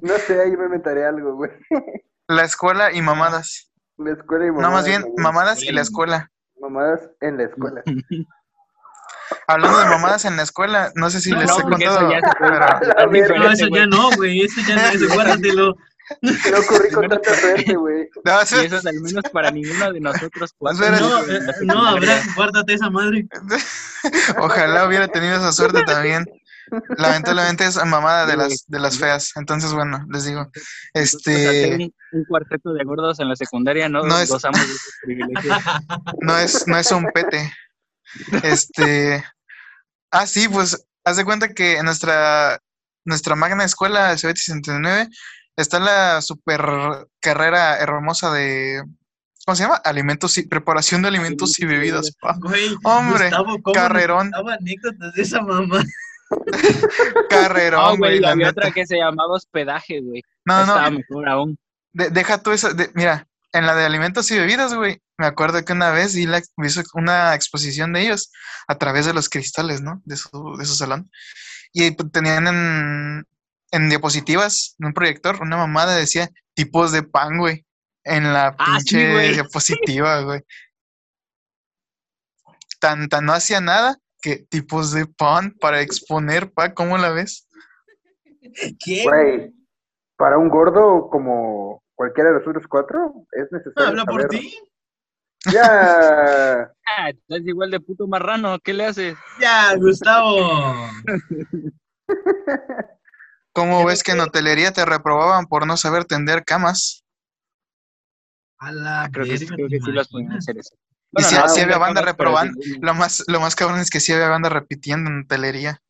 A: no sé, ahí me inventaré algo, güey.
D: La escuela y mamadas.
A: La escuela y mamadas.
D: No, más bien,
A: güey.
D: mamadas y la escuela.
A: Mamadas en la escuela.
D: Hablando de mamadas en la escuela, no sé si
B: No,
D: les he
B: porque eso
D: contado,
B: ya se puede
D: pero
A: La verga,
C: No, eso ya no, güey. Eso ya no, eso guárdatelo.
A: no ocurrí con tanta suerte, güey.
D: No,
B: Y eso es al menos para ninguno de nosotros pues, cuatro. güey,
D: Espera,
C: No,
B: de la
C: eh, no,
B: secundaria.
C: habrá, guárdate esa madre.
D: Ojalá hubiera tenido esa suerte también. Lamentablemente es mamada de las, de las feas. Entonces, bueno, les digo.
B: Nosotros hacer
D: Este
B: un, un cuarteto de gordos en la secundaria no,
D: No es-
B: gozamos de esos privilegios.
D: no es, no es un pete. Este. Ah, sí, pues haz de cuenta que en nuestra, nuestra magna escuela de 69 está la super carrera hermosa de. ¿Cómo se llama? Alimentos y preparación de alimentos y bebidas. pa.
C: Güey,
D: Hombre,
C: Gustavo, ¿cómo
D: carrerón.
C: nos contaba anécdotas de esa mamá.
D: Carrerón,
B: Ah, güey,
D: güey, la
B: había
D: neta.
B: otra que se llamaba hospedaje, güey.
D: No, eh. no,
B: Estaba mejor aún.
D: De- deja tú eso. de- mira, en la de alimentos y bebidas, güey, me acuerdo que una vez vi, la- vi su- una exposición de ellos a través de los cristales, ¿no? De su, de su salón. Y ahí pu- tenían en, en diapositivas, en un proyector, una mamada decía tipos de pan, güey, en la
B: Ah, sí,
D: pinche
B: güey.
D: diapositiva, güey. Tan, tan no hacía nada que tipos de pan para exponer, pa, ¿cómo la ves?
C: ¿Qué?
A: Güey, para un gordo como cualquiera de los otros cuatro, es necesario.
C: ¿Habla por
A: saber-
C: ti?
A: Ya.
B: Ah, estás igual de puto marrano, ¿qué le haces?
C: Ya, Gustavo.
D: ¿Cómo
C: Ya
D: ves
C: ves
D: que en hotelería te reprobaban por no saber tender camas?
C: A
D: Ah,
C: la
B: Ah, Creo que, sí-
C: verga,
B: creo
C: ¿te
B: que sí las pueden
C: imaginas?
B: hacer eso.
D: Y si-
A: si
D: había banda
B: reproban
D: reprobando, Lo más, lo más cabrón es que sí había banda repitiendo en hotelería.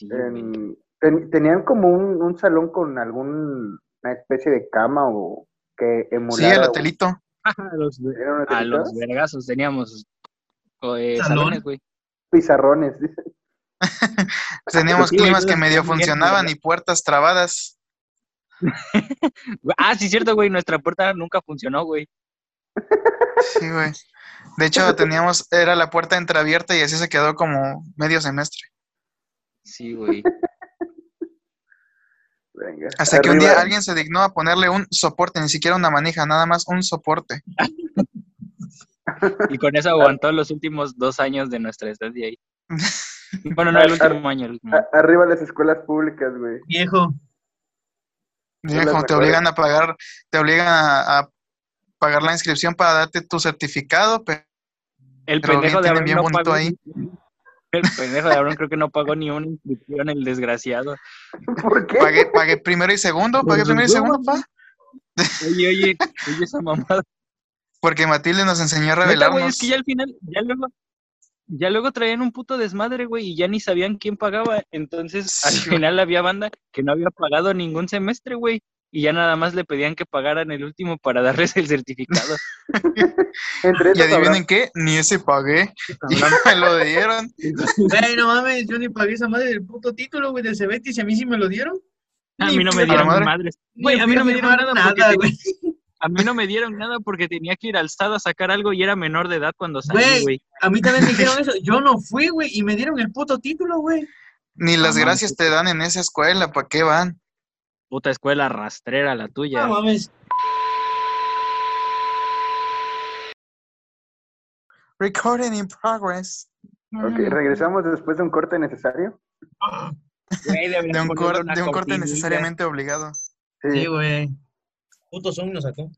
A: en- ten- tenían como un, un salón con alguna especie de cama o que
D: Sí,
A: emulara.
D: el
A: un-
D: hotelito.
B: a los,
A: ¿Era un
B: a
A: hotelito?
B: Ah, los vergazos teníamos co- eh,
C: ¿Salón?
B: salones, güey.
A: Pizarrones, dice.
D: Teníamos
B: sí, güey,
D: climas
B: yo
D: que
B: los
D: medio
B: tenía,
D: funcionaban
B: ¿verdad?
D: y puertas trabadas.
B: Ah, sí, cierto, güey, nuestra puerta nunca funcionó, güey.
D: Sí, güey. De hecho, teníamos, era la puerta entreabierta y así se quedó como medio semestre.
B: Sí, güey.
A: Venga.
D: Hasta que un
A: Arriba-
D: día alguien se dignó a ponerle un soporte, ni siquiera una manija, nada más un soporte.
B: Y con eso aguantó los últimos dos años de nuestra estancia ahí. Bueno,
D: Ah,
B: no el último año. El último.
A: a- arriba las escuelas públicas, güey.
C: Viejo.
A: las
D: Viejo, te
A: mejores.
D: obligan a pagar, te obligan a, a pagar la inscripción para darte tu certificado, pero
B: El
D: Pero
B: pendejo
D: bien,
B: de
D: tienen
B: Abrón
D: bien
B: no
D: bonito
B: pagó
D: ahí.
B: ni- El pendejo de Abrón creo que no pagó ni una inscripción, el desgraciado.
A: ¿Por qué?
D: pagué, pagué primero y segundo, pagué primero y segundo, pa.
B: Oye, oye, oye esa mamada.
D: Porque Matilde nos enseñó a
B: Neta,
D: revelarnos.
B: güey, es que ya al final, ya luego, ya luego traían un puto desmadre, güey, y ya ni sabían quién pagaba. Entonces, al
D: Sí, güey.
B: final había banda que no había pagado ningún semestre, güey. Y ya nada más le pedían que pagaran el último para darles el certificado.
A: Entre
D: Y
A: esos habrá-
D: adivinen qué, ni ese pagué. Y me lo dieron.
C: Güey, no mames, yo ni pagué esa madre del puto título, güey, de Cebetis, y a mí sí me lo dieron.
B: A
C: Ni
B: mí no
C: fui
B: me
D: la
B: dieron
D: madre.
B: madres.
C: ni
B: Güey, a mí
C: fui
B: no me dieron
C: firmar
B: nada porque te-
C: güey.
B: A mí no me dieron nada porque tenía que ir al SAD a sacar algo y era menor de edad cuando salí,
C: Güey.
B: güey.
C: A mí también me dijeron eso. Yo no fui, güey, y me dieron el puto título, güey.
D: Ni las
B: mames.
D: gracias te dan en esa escuela, ¿para qué van?
B: Puta escuela rastrera la tuya.
C: No mames.
D: Recording in progress.
A: Ok, regresamos después de un corte necesario.
B: Güey, deberían
D: De un,
B: ponerle
D: cor-
B: una
D: de un corte
B: cortinilla.
D: necesariamente obligado.
C: Sí, güey. Puto Zoom nos sacó.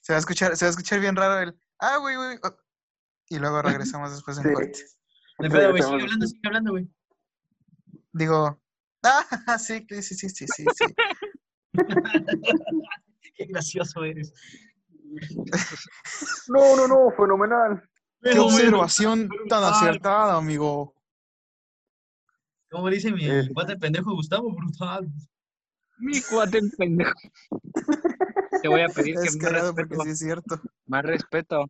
D: Se va a escuchar, se va a escuchar bien raro el ah, güey, güey. oh". Y luego regresamos después de un
A: Sí.
D: corte.
C: De pedo, güey,
A: Regresamos.
C: sigue hablando, sigue hablando, güey.
D: Digo, ah, sí, sí, sí, sí, sí, sí, sí.
C: Qué gracioso eres.
A: No, no, no, fenomenal.
D: Qué
C: Pero, güey,
D: observación tan
C: brutal.
D: acertada, amigo.
C: Como dice mi
A: Eh.
C: cuate pendejo Gustavo, brutal.
B: Mi cuate el pendejo. Te voy a pedir que
D: Es
B: más
D: cagado porque
B: respeto,
D: sí es cierto.
B: más respeto.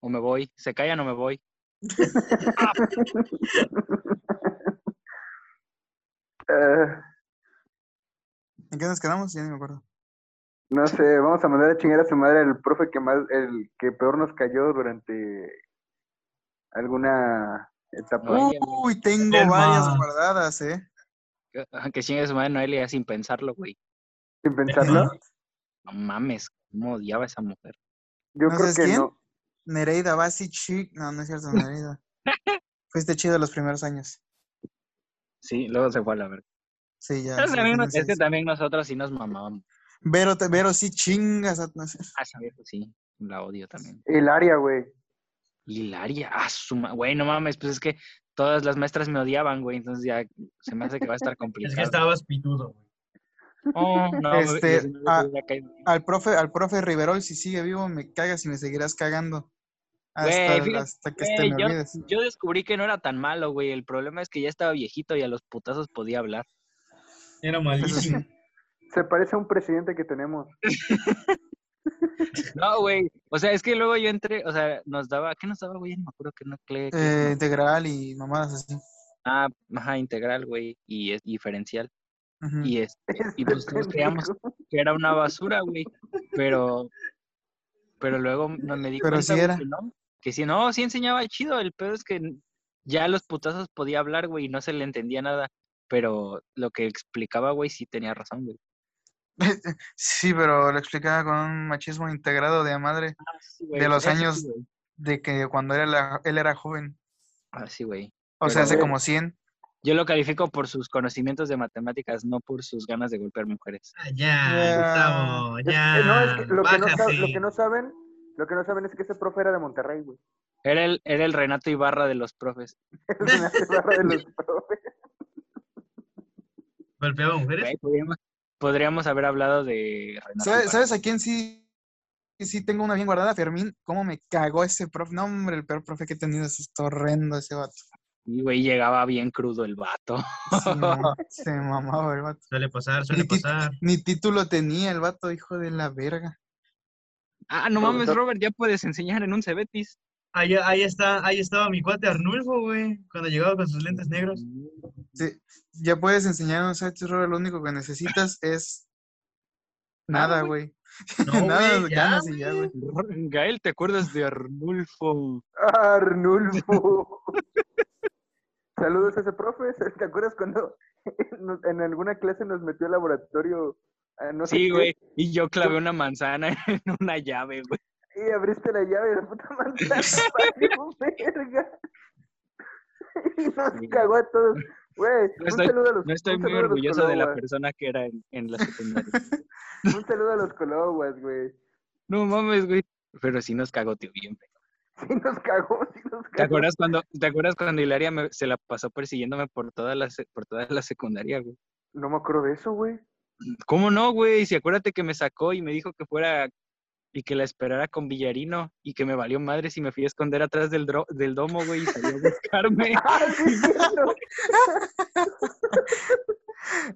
B: O me voy. Se callan o me voy.
A: Eh,
D: ¿En qué nos quedamos? Ya ni me acuerdo.
A: no sé, vamos a mandar a chingar a su madre el profe que más, el que peor nos cayó durante alguna etapa.
D: Uh,
B: Vaya,
D: Uy, tengo
C: Telma.
D: varias guardadas, eh.
B: Que- Ah, Que chingue su madre Noelia sin pensarlo, güey.
A: Sin pensarlo.
B: No mames, cómo odiaba a esa mujer.
A: Yo
D: ¿No
A: creo
D: sabes
A: que
D: quién?
A: no.
D: Nereida Basi Chic. No, no es cierto, Nereida. Fuiste chido los primeros años.
B: Sí, luego se fue a la verga.
D: Sí, ya.
B: Pero
D: sí,
B: también
D: sí,
B: nos-
D: sí,
B: es que
D: sí.
B: también nosotros sí nos mamábamos.
D: Vero, te- Vero sí chingas. a- no sé.
B: Ah, esa vieja sí, la odio también.
A: El área, güey.
B: Hilaria, ah, su ma- güey, no mames, pues es que todas las maestras me odiaban, güey, entonces ya se me hace que va a estar
C: Es que
B: complicado.
C: estabas pitudo, güey.
B: Oh, no, güey,
D: Este,
B: si no, yo
D: ah,
B: hubiera caído.
D: Al profe, al profe Riverol, si sigue vivo, me cagas y me seguirás cagando. Hasta,
B: Güey, fíjate,
D: hasta que te
B: güey,
D: este, me
B: yo-
D: olvides.
B: Yo descubrí que no era tan malo, güey, el problema es que ya estaba viejito y a los putazos podía hablar.
C: Era
D: Eso sí.
C: malísimo.
A: Se parece a un presidente que tenemos.
B: No, güey, o sea, es que luego yo entré, o sea, nos daba, ¿qué nos daba, güey? No me acuerdo que no, que,
D: Eh, integral y mamadas así.
B: ah, ajá, integral, güey, y es diferencial,
D: Ujú.
B: y es,
A: Este
B: Y pues todos
A: pendejo.
B: creíamos que era una basura, güey. Pero, pero luego me me di
D: Pero
B: cuenta
D: sí
B: güey,
D: era.
B: que no, que si no, sí enseñaba chido, el pedo es que ya a los putazos podía hablar, güey, y no se le entendía nada. Pero lo que explicaba, güey, sí tenía razón, güey.
D: Sí, pero lo explicaba con un machismo integrado de a madre, güey, los eso Ah, sí, años.
B: güey.
D: de que cuando era la- él era joven,
B: Ah, sí, güey.
D: o sea,
A: Pero,
D: hace
A: güey.
D: como 100.
B: Yo lo califico por sus conocimientos de matemáticas, no por sus ganas de golpear mujeres.
C: Ah, Ya,
D: Ya.
C: Gustavo,
A: Es-
C: ya.
A: eh, no, es que lo que no, sa-
C: bájate.
A: lo que no saben, lo que no saben es que ese profe era de Monterrey, güey.
B: Era el, era el Renato Ibarra de los profes.
A: Es una barra de los profes.
C: ¿Golpeaba mujeres?
B: Güey, podríamos, podríamos haber hablado de Renato
D: ¿Sabe-
B: Ibarra.
D: ¿Sabes a quién sí? Sí, tengo una bien guardada, Fermín. ¿Cómo me cagó ese profe? No, hombre, el peor profe que he tenido es este horrendo ese vato.
B: Y, güey, llegaba bien crudo el vato.
D: Se, mamaba- se mamaba el vato.
C: Suele pasar, suele
D: Ni tit-
C: pasar.
D: Ni título tenía el vato, hijo de la verga.
B: Ah, no
A: Me
B: mames,
A: gustó.
B: Robert, ya puedes enseñar en un Cebetis.
C: Ahí, Ah, ahí está, ahí estaba mi cuate Arnulfo, güey, cuando llegaba con sus lentes negros.
D: Sí, ya puedes enseñarnos a este Robert, lo único que necesitas es
B: Nada,
D: nada,
B: güey.
D: güey.
C: No,
D: nada,
C: güey, ya,
D: ganas y ya, güey.
B: Gael, ¿te acuerdas de Arnulfo?
A: Arnulfo. Saludos a ese profe. ¿Te acuerdas cuando nos- en alguna clase nos metió al laboratorio? a no sé
B: Sí,
A: qué,
B: güey. Y yo clavé una manzana en una llave, güey.
A: Y abriste la llave de la puta manzana. valió verga. Y
B: Sí.
A: nos cagó a todos. Güey,
B: No
A: un
B: estoy-
A: saludo a los
B: No estoy
A: un
B: muy
A: saludo a los
B: orgulloso de la
A: Cologuas.
B: persona que era en, en la secundaria.
A: Un saludo a los Cologuas, güey.
B: No mames, güey. Pero sí nos cagó, tío, bien. feo.
A: Sí nos cagó, sí nos cagó.
B: ¿Te acuerdas cuando, ¿te acuerdas cuando Hilaria me- se la pasó persiguiéndome por toda la, se- por toda la secundaria, güey?
A: No me acuerdo de eso, güey.
B: ¿Cómo no, güey? Si acuérdate que me sacó y me dijo que fuera y que la esperara con Villarino y que me valió madre si me fui a esconder atrás del, dro- del domo, güey, y salió a buscarme.
A: ¡Ah, sí, es cierto!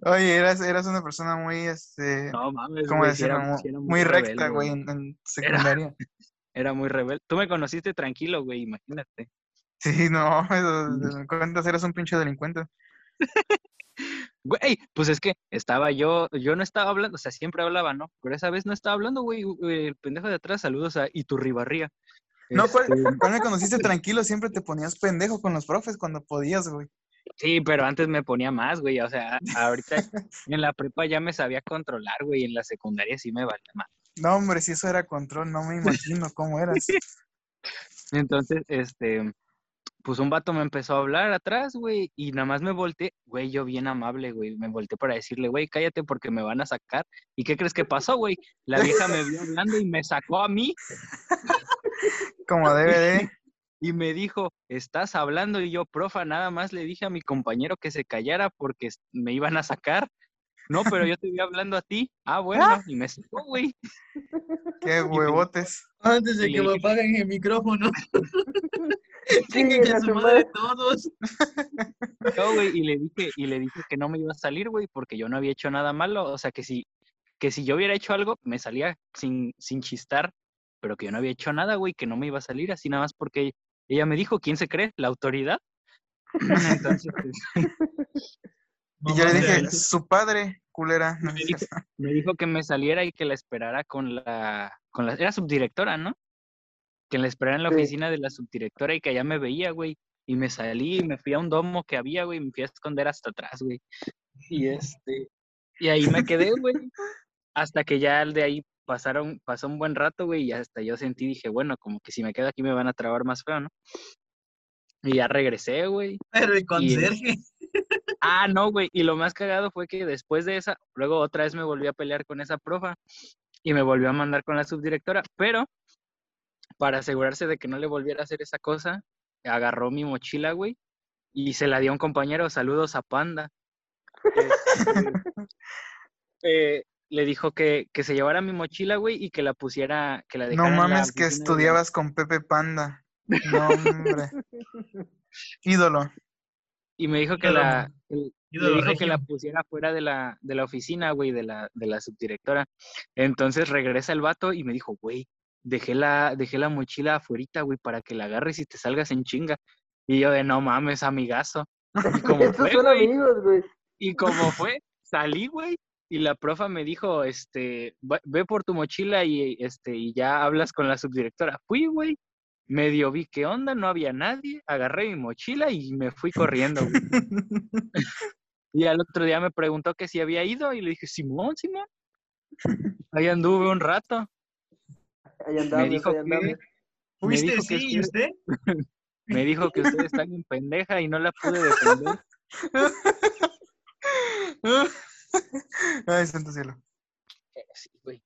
D: Oye, eras, eras una persona muy, este,
B: No mames,
D: ¿cómo
B: güey, sí
D: decirlo?
B: era-
D: Mu-
B: sí era
D: muy,
B: rebelde,
D: recta, güey, en, en secundaria.
B: Era muy rebelde. Tú me conociste tranquilo, güey, imagínate.
D: Sí, no, eso- me cuentas, eras un pinche delincuente.
B: Güey, pues es que estaba yo, yo no estaba hablando, o sea, siempre hablaba, ¿no? Pero esa vez no estaba hablando, güey, u- eh, el pendejo de atrás, saludos a Iturribarría.
D: No, pues-
B: Este,
D: ¿Cuál me conociste tranquilo? Siempre te ponías pendejo con los profes cuando podías, güey.
B: Sí, pero antes me ponía más, güey. O sea, ahorita en la prepa ya me sabía controlar, güey. En la secundaria sí me valía más.
D: No, hombre, si eso era control, no me imagino cómo eras.
B: Entonces, este, pues un vato me empezó a hablar atrás, güey. Y nada más me volteé, güey, yo bien amable, güey. Me volteé para decirle, güey, cállate porque me van a sacar. ¿Y qué crees que pasó, güey? La vieja me vio hablando y me sacó a mí
D: Como debe de.
B: y me dijo, estás hablando. Y yo, profa, nada más le dije a mi compañero que se callara porque es- me iban a sacar. No, pero yo te vi hablando a ti. Ah, bueno. Y me sacó, güey.
D: Qué huevotes.
C: Antes
B: Y
C: de
B: le
C: que me
B: dije-
C: apaguen el micrófono. Chingue
A: a
C: que
A: su
C: su
A: madre.
C: madre todos.
B: No, güey, y le dije, y le dije que no me iba a salir, güey, porque yo no había hecho nada malo. O sea que si, que si yo hubiera hecho algo, me salía sin, sin chistar, pero que yo no había hecho nada, güey, que no me iba a salir, así nada más porque ella me dijo, ¿quién se cree? ¿La autoridad? Entonces pues,
D: Y yo le
C: Mamá,
D: dije,
C: real.
D: su padre, culera.
B: me dijo, me dijo que me saliera y que la esperara con la, con la, era subdirectora, ¿no? Que la esperara en la
A: Sí.
B: oficina de la subdirectora y que allá me veía, güey. Y me salí y me fui a un domo que había, güey, y me fui a esconder hasta atrás, güey. Y este, y ahí me quedé, güey. Hasta que ya de ahí pasaron, pasó un buen rato, güey, y hasta yo sentí, dije, bueno, como que si me quedo aquí me van a trabar más feo, ¿no? Y ya regresé, güey.
C: Pero el conserje.
B: Ah, no, güey. Y lo más cagado fue que después de esa, luego otra vez me volví a pelear con esa profa y me volvió a mandar con la subdirectora, pero para asegurarse de que no le volviera a hacer esa cosa, agarró mi mochila, güey, y se la dio a un compañero. Saludos a Panda. Este, eh, le dijo que, que se llevara mi mochila, güey, y que la pusiera, que la
D: No
B: dejara en la
D: mames, que
B: oficina de la-
D: estudiabas con Pepe Panda. No, hombre. Ídolo.
B: Y me dijo que
C: Ídolo,
B: la, el- le
C: ídolo
B: dijo que la
C: regio.
B: pusiera fuera de la, de la oficina, güey, de la, de la subdirectora. Entonces regresa el vato y me dijo, güey, dejé la, dejé la mochila afuerita, güey, para que la agarres y te salgas en chinga. Y yo de, no mames, amigazo. Y como
A: Estos
B: fue,
A: son
B: güey,
A: amigos, güey.
B: y como fue, salí, güey, y la profa me dijo, este, "Va- ve por tu mochila y, este, y ya hablas con la subdirectora. Fui, güey, medio vi qué onda, no había nadie, agarré mi mochila y me fui corriendo, güey. Y al otro día me preguntó que si había ido y le dije, Simón, Simón. Ahí anduve un rato.
A: Ahí andamos,
B: me dijo
A: ahí
B: que-
A: andamos.
B: Me
C: ¿Fuiste?
B: dijo que
C: Sí,
B: sí.
C: ¿y usted?
B: Me dijo que usted está bien pendeja y no la pude defender.
D: Ay, santo cielo.
B: Sí, güey.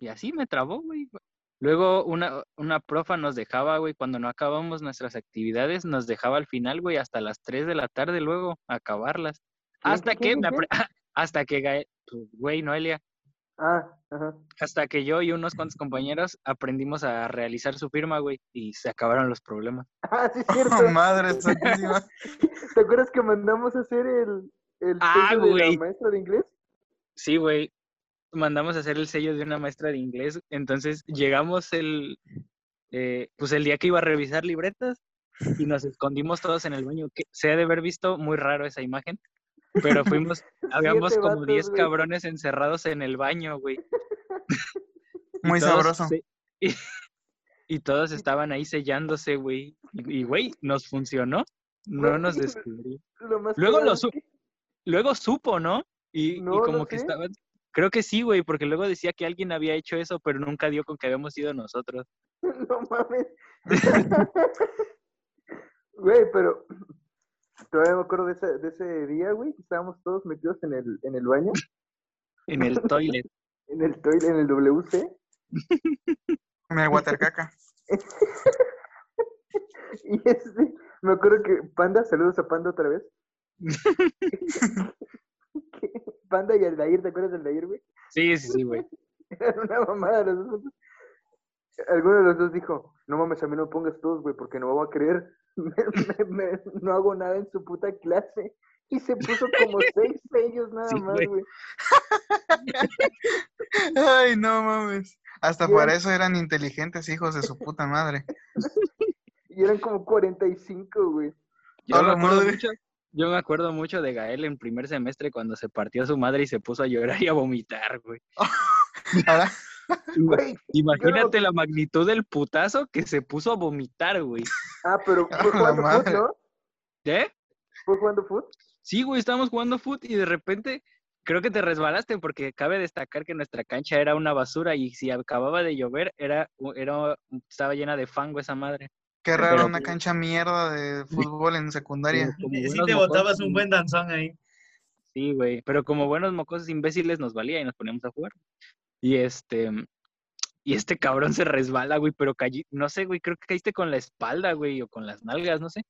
B: Y así me trabó, güey. Luego una, una profa nos dejaba, güey, cuando no acabamos nuestras actividades, nos dejaba al final, güey, hasta las 3 de la tarde luego acabarlas. Hasta que,
A: Ah, qué,
B: me
A: qué?
B: apre- hasta que, Gae- pues, güey, Noelia,
A: Ah, ajá.
B: hasta que yo y unos cuantos compañeros aprendimos a realizar su firma, güey, y se acabaron los problemas.
A: Ah, sí, es cierto.
D: Oh, madre santísima.
A: ¿Te acuerdas que mandamos a hacer el, el
B: Ah,
A: sello de
B: güey.
A: la maestra de inglés?
B: Sí, güey. Mandamos a hacer el sello de una maestra de inglés. Entonces llegamos el, eh, pues el día que iba a revisar libretas y nos escondimos todos en el baño. Que se ha de haber visto muy raro esa imagen, pero fuimos, habíamos
A: Siete
B: como
A: vatos,
B: 10
A: güey.
B: cabrones encerrados en el baño, güey. Y
D: Muy
B: todos
D: sabroso.
B: se- y, y todos estaban ahí sellándose, güey. Y, y, güey, nos funcionó. No
A: Güey,
B: nos
A: pero-
B: descubrió.
A: Lo más
B: Luego
A: cagado
B: lo
A: es
B: supe.
A: que-
B: Luego supo, ¿no? Y, y
A: No, no
B: como que
A: sé.
B: estaban, creo que sí, güey, porque luego decía que alguien había hecho eso, pero nunca dio con que habíamos sido nosotros.
A: No mames. Güey, pero todavía me acuerdo de ese, de ese día, güey, que estábamos todos metidos en el, en el baño,
B: En el toilet.
A: en el toilet, en el WC,
D: En el Watercaca.
A: y este, me acuerdo que Panda, saludos a Panda otra vez. Que Panda y Aldair, ¿te acuerdas de Aldair, güey?
B: Sí, sí, sí, güey.
A: Eran una mamada los dos. Alguno de los dos dijo, no mames, a mí no me pongas todos, güey, porque no me voy a creer. Me- me- me- no hago nada en su puta clase. Y se puso como seis sellos nada
B: Sí,
A: más,
B: güey.
A: güey.
D: Ay, no mames. Hasta
A: Bien.
D: para eso eran inteligentes, hijos de su puta madre.
A: Y eran como 45, güey.
B: Yo
D: A
B: me,
D: la
B: acuerdo
D: madre.
B: mucho, yo me acuerdo mucho de Gael en primer semestre cuando se partió su madre y se puso a llorar y a vomitar, güey.
D: Ahora,
A: Güey,
B: Imagínate la magnitud del putazo que se puso a vomitar, güey.
A: Ah, pero
D: A
A: fue
D: la
A: jugando foot,
D: madre.
A: ¿no?
B: ¿Eh?
A: Fue jugando foot.
B: Sí, güey, estábamos jugando foot y de repente creo que te resbalaste porque cabe destacar que nuestra cancha era una basura y si acababa de llover era, era estaba llena de fango esa madre.
D: qué raro,
B: Pero-
D: una cancha mierda de fútbol en secundaria.
B: Como
C: Sí,
B: buenos
C: te
B: mocosos,
C: botabas un buen danzón ahí.
B: Sí, güey, pero como buenos mocosos imbéciles nos valía y nos poníamos a jugar. Y este y este cabrón se resbala, güey, pero caí, no sé, güey, creo que caíste con la espalda, güey, o con las nalgas, no sé.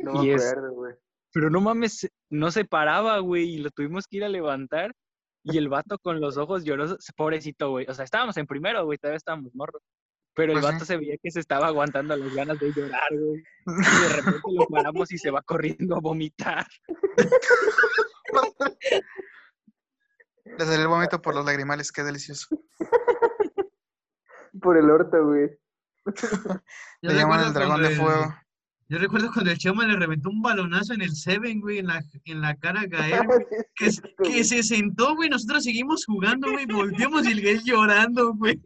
A: No
B: Y
A: me
B: es-
A: acuerdo, güey.
B: Pero no mames, no se paraba, güey, y lo tuvimos que ir a levantar. Y el vato con los ojos llorosos, pobrecito, güey. O sea, estábamos en primero, güey, todavía estábamos morros. Pero el
D: Pues sí.
B: vato se veía que se estaba aguantando las ganas de llorar, güey. Y de repente lo paramos y se va corriendo a vomitar.
D: Le salió el vómito por los lagrimales, qué delicioso.
A: Por el orto, güey.
C: Yo
D: Le llaman
C: recuerdo
D: el dragón
C: cuando
D: de
C: el-
D: fuego.
C: Yo recuerdo cuando el Chema le reventó un balonazo en el Seven, güey, en la, en la cara a Gael, güey,
A: Sí, es
C: que, se-
A: cierto,
C: que
A: güey.
C: se sentó, güey, nosotros seguimos jugando, güey, volteamos y el Gael llorando, güey.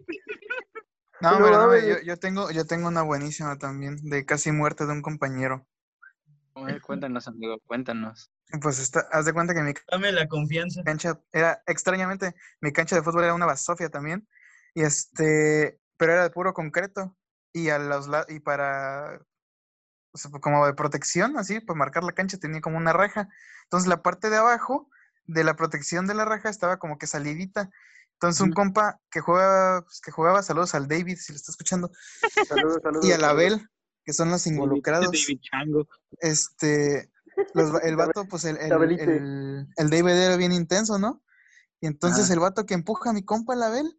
D: No,
A: No
D: pero no,
A: mames.
D: yo, yo tengo, yo tengo una buenísima también, de casi muerte de un compañero.
B: A ver, Cuéntanos, amigo, cuéntanos.
D: Pues está, haz de cuenta que mi
C: Dame la confianza.
D: cancha era, extrañamente, mi cancha de fútbol era una basofia también. Y este, pero era de puro concreto. Y a los la- y para o sea, como de protección, así, para marcar la cancha, tenía como una raja. Entonces la parte de abajo de la protección de la raja estaba como que salidita. Entonces un
B: Ujú.
D: compa que juega, pues, que jugaba, saludos al David, si lo está escuchando,
A: Saludos, saludos.
D: y al
A: saludos.
D: Abel, que son los involucrados
B: David Chango.
D: este, los va- el vato, pues el, el,
A: Abelite.
D: el- el David era bien intenso, ¿no? Y entonces
B: Ajá.
D: el vato que empuja a mi compa, el Abel,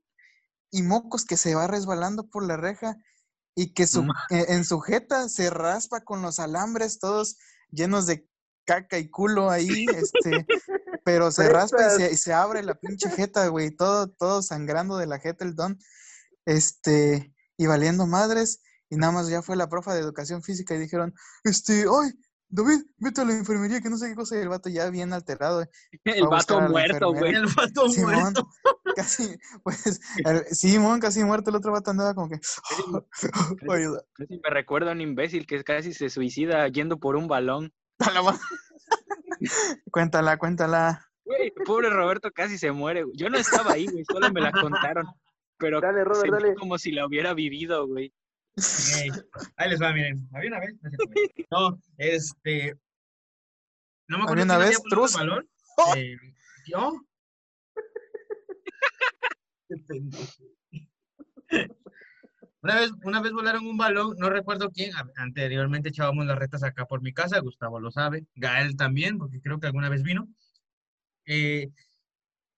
D: y mocos que se va resbalando por la reja y que su,
B: No
D: eh, en su jeta se raspa con los alambres todos llenos de caca y culo ahí, este, pero se raspa y se, y se abre la pinche jeta, güey, todo, todo sangrando de la jeta el don, este, y valiendo madres, y nada más ya fue la profa de educación física y dijeron, este, ay, David, vete a la enfermería, que no sé qué cosa, y el vato ya bien alterado.
B: El
D: Fue a buscar
B: vato
D: a la
B: muerto, güey.
D: enfermera.
C: El vato
D: Simón,
C: muerto.
D: casi, pues, el- Simón casi muerto, el otro vato andaba como que, ayuda,
B: Casi me recuerda a un imbécil que casi se suicida yendo por un balón.
D: a la ma- cuéntala, cuéntala.
B: Güey, pobre Roberto casi se muere. güey. Yo no estaba ahí, güey, solo me la contaron. Pero
A: Dale, Robert,
B: sentí
A: dale.
B: como si la hubiera vivido, güey.
C: Ey, Ahí les va, miren. Había una vez. No, es cierto, güey. No, este. No me
D: Había
C: acuerdo.
D: una
C: quién
D: vez,
C: había puesto
D: Truz.
C: el balón.
D: ¡Oh!
C: Eh, ¿Yo? Qué pendejo. Una vez, una vez volaron un balón, no recuerdo quién, a- anteriormente echábamos las retas acá por mi casa, Gustavo lo sabe, Gael también, porque creo que alguna vez vino. Eh,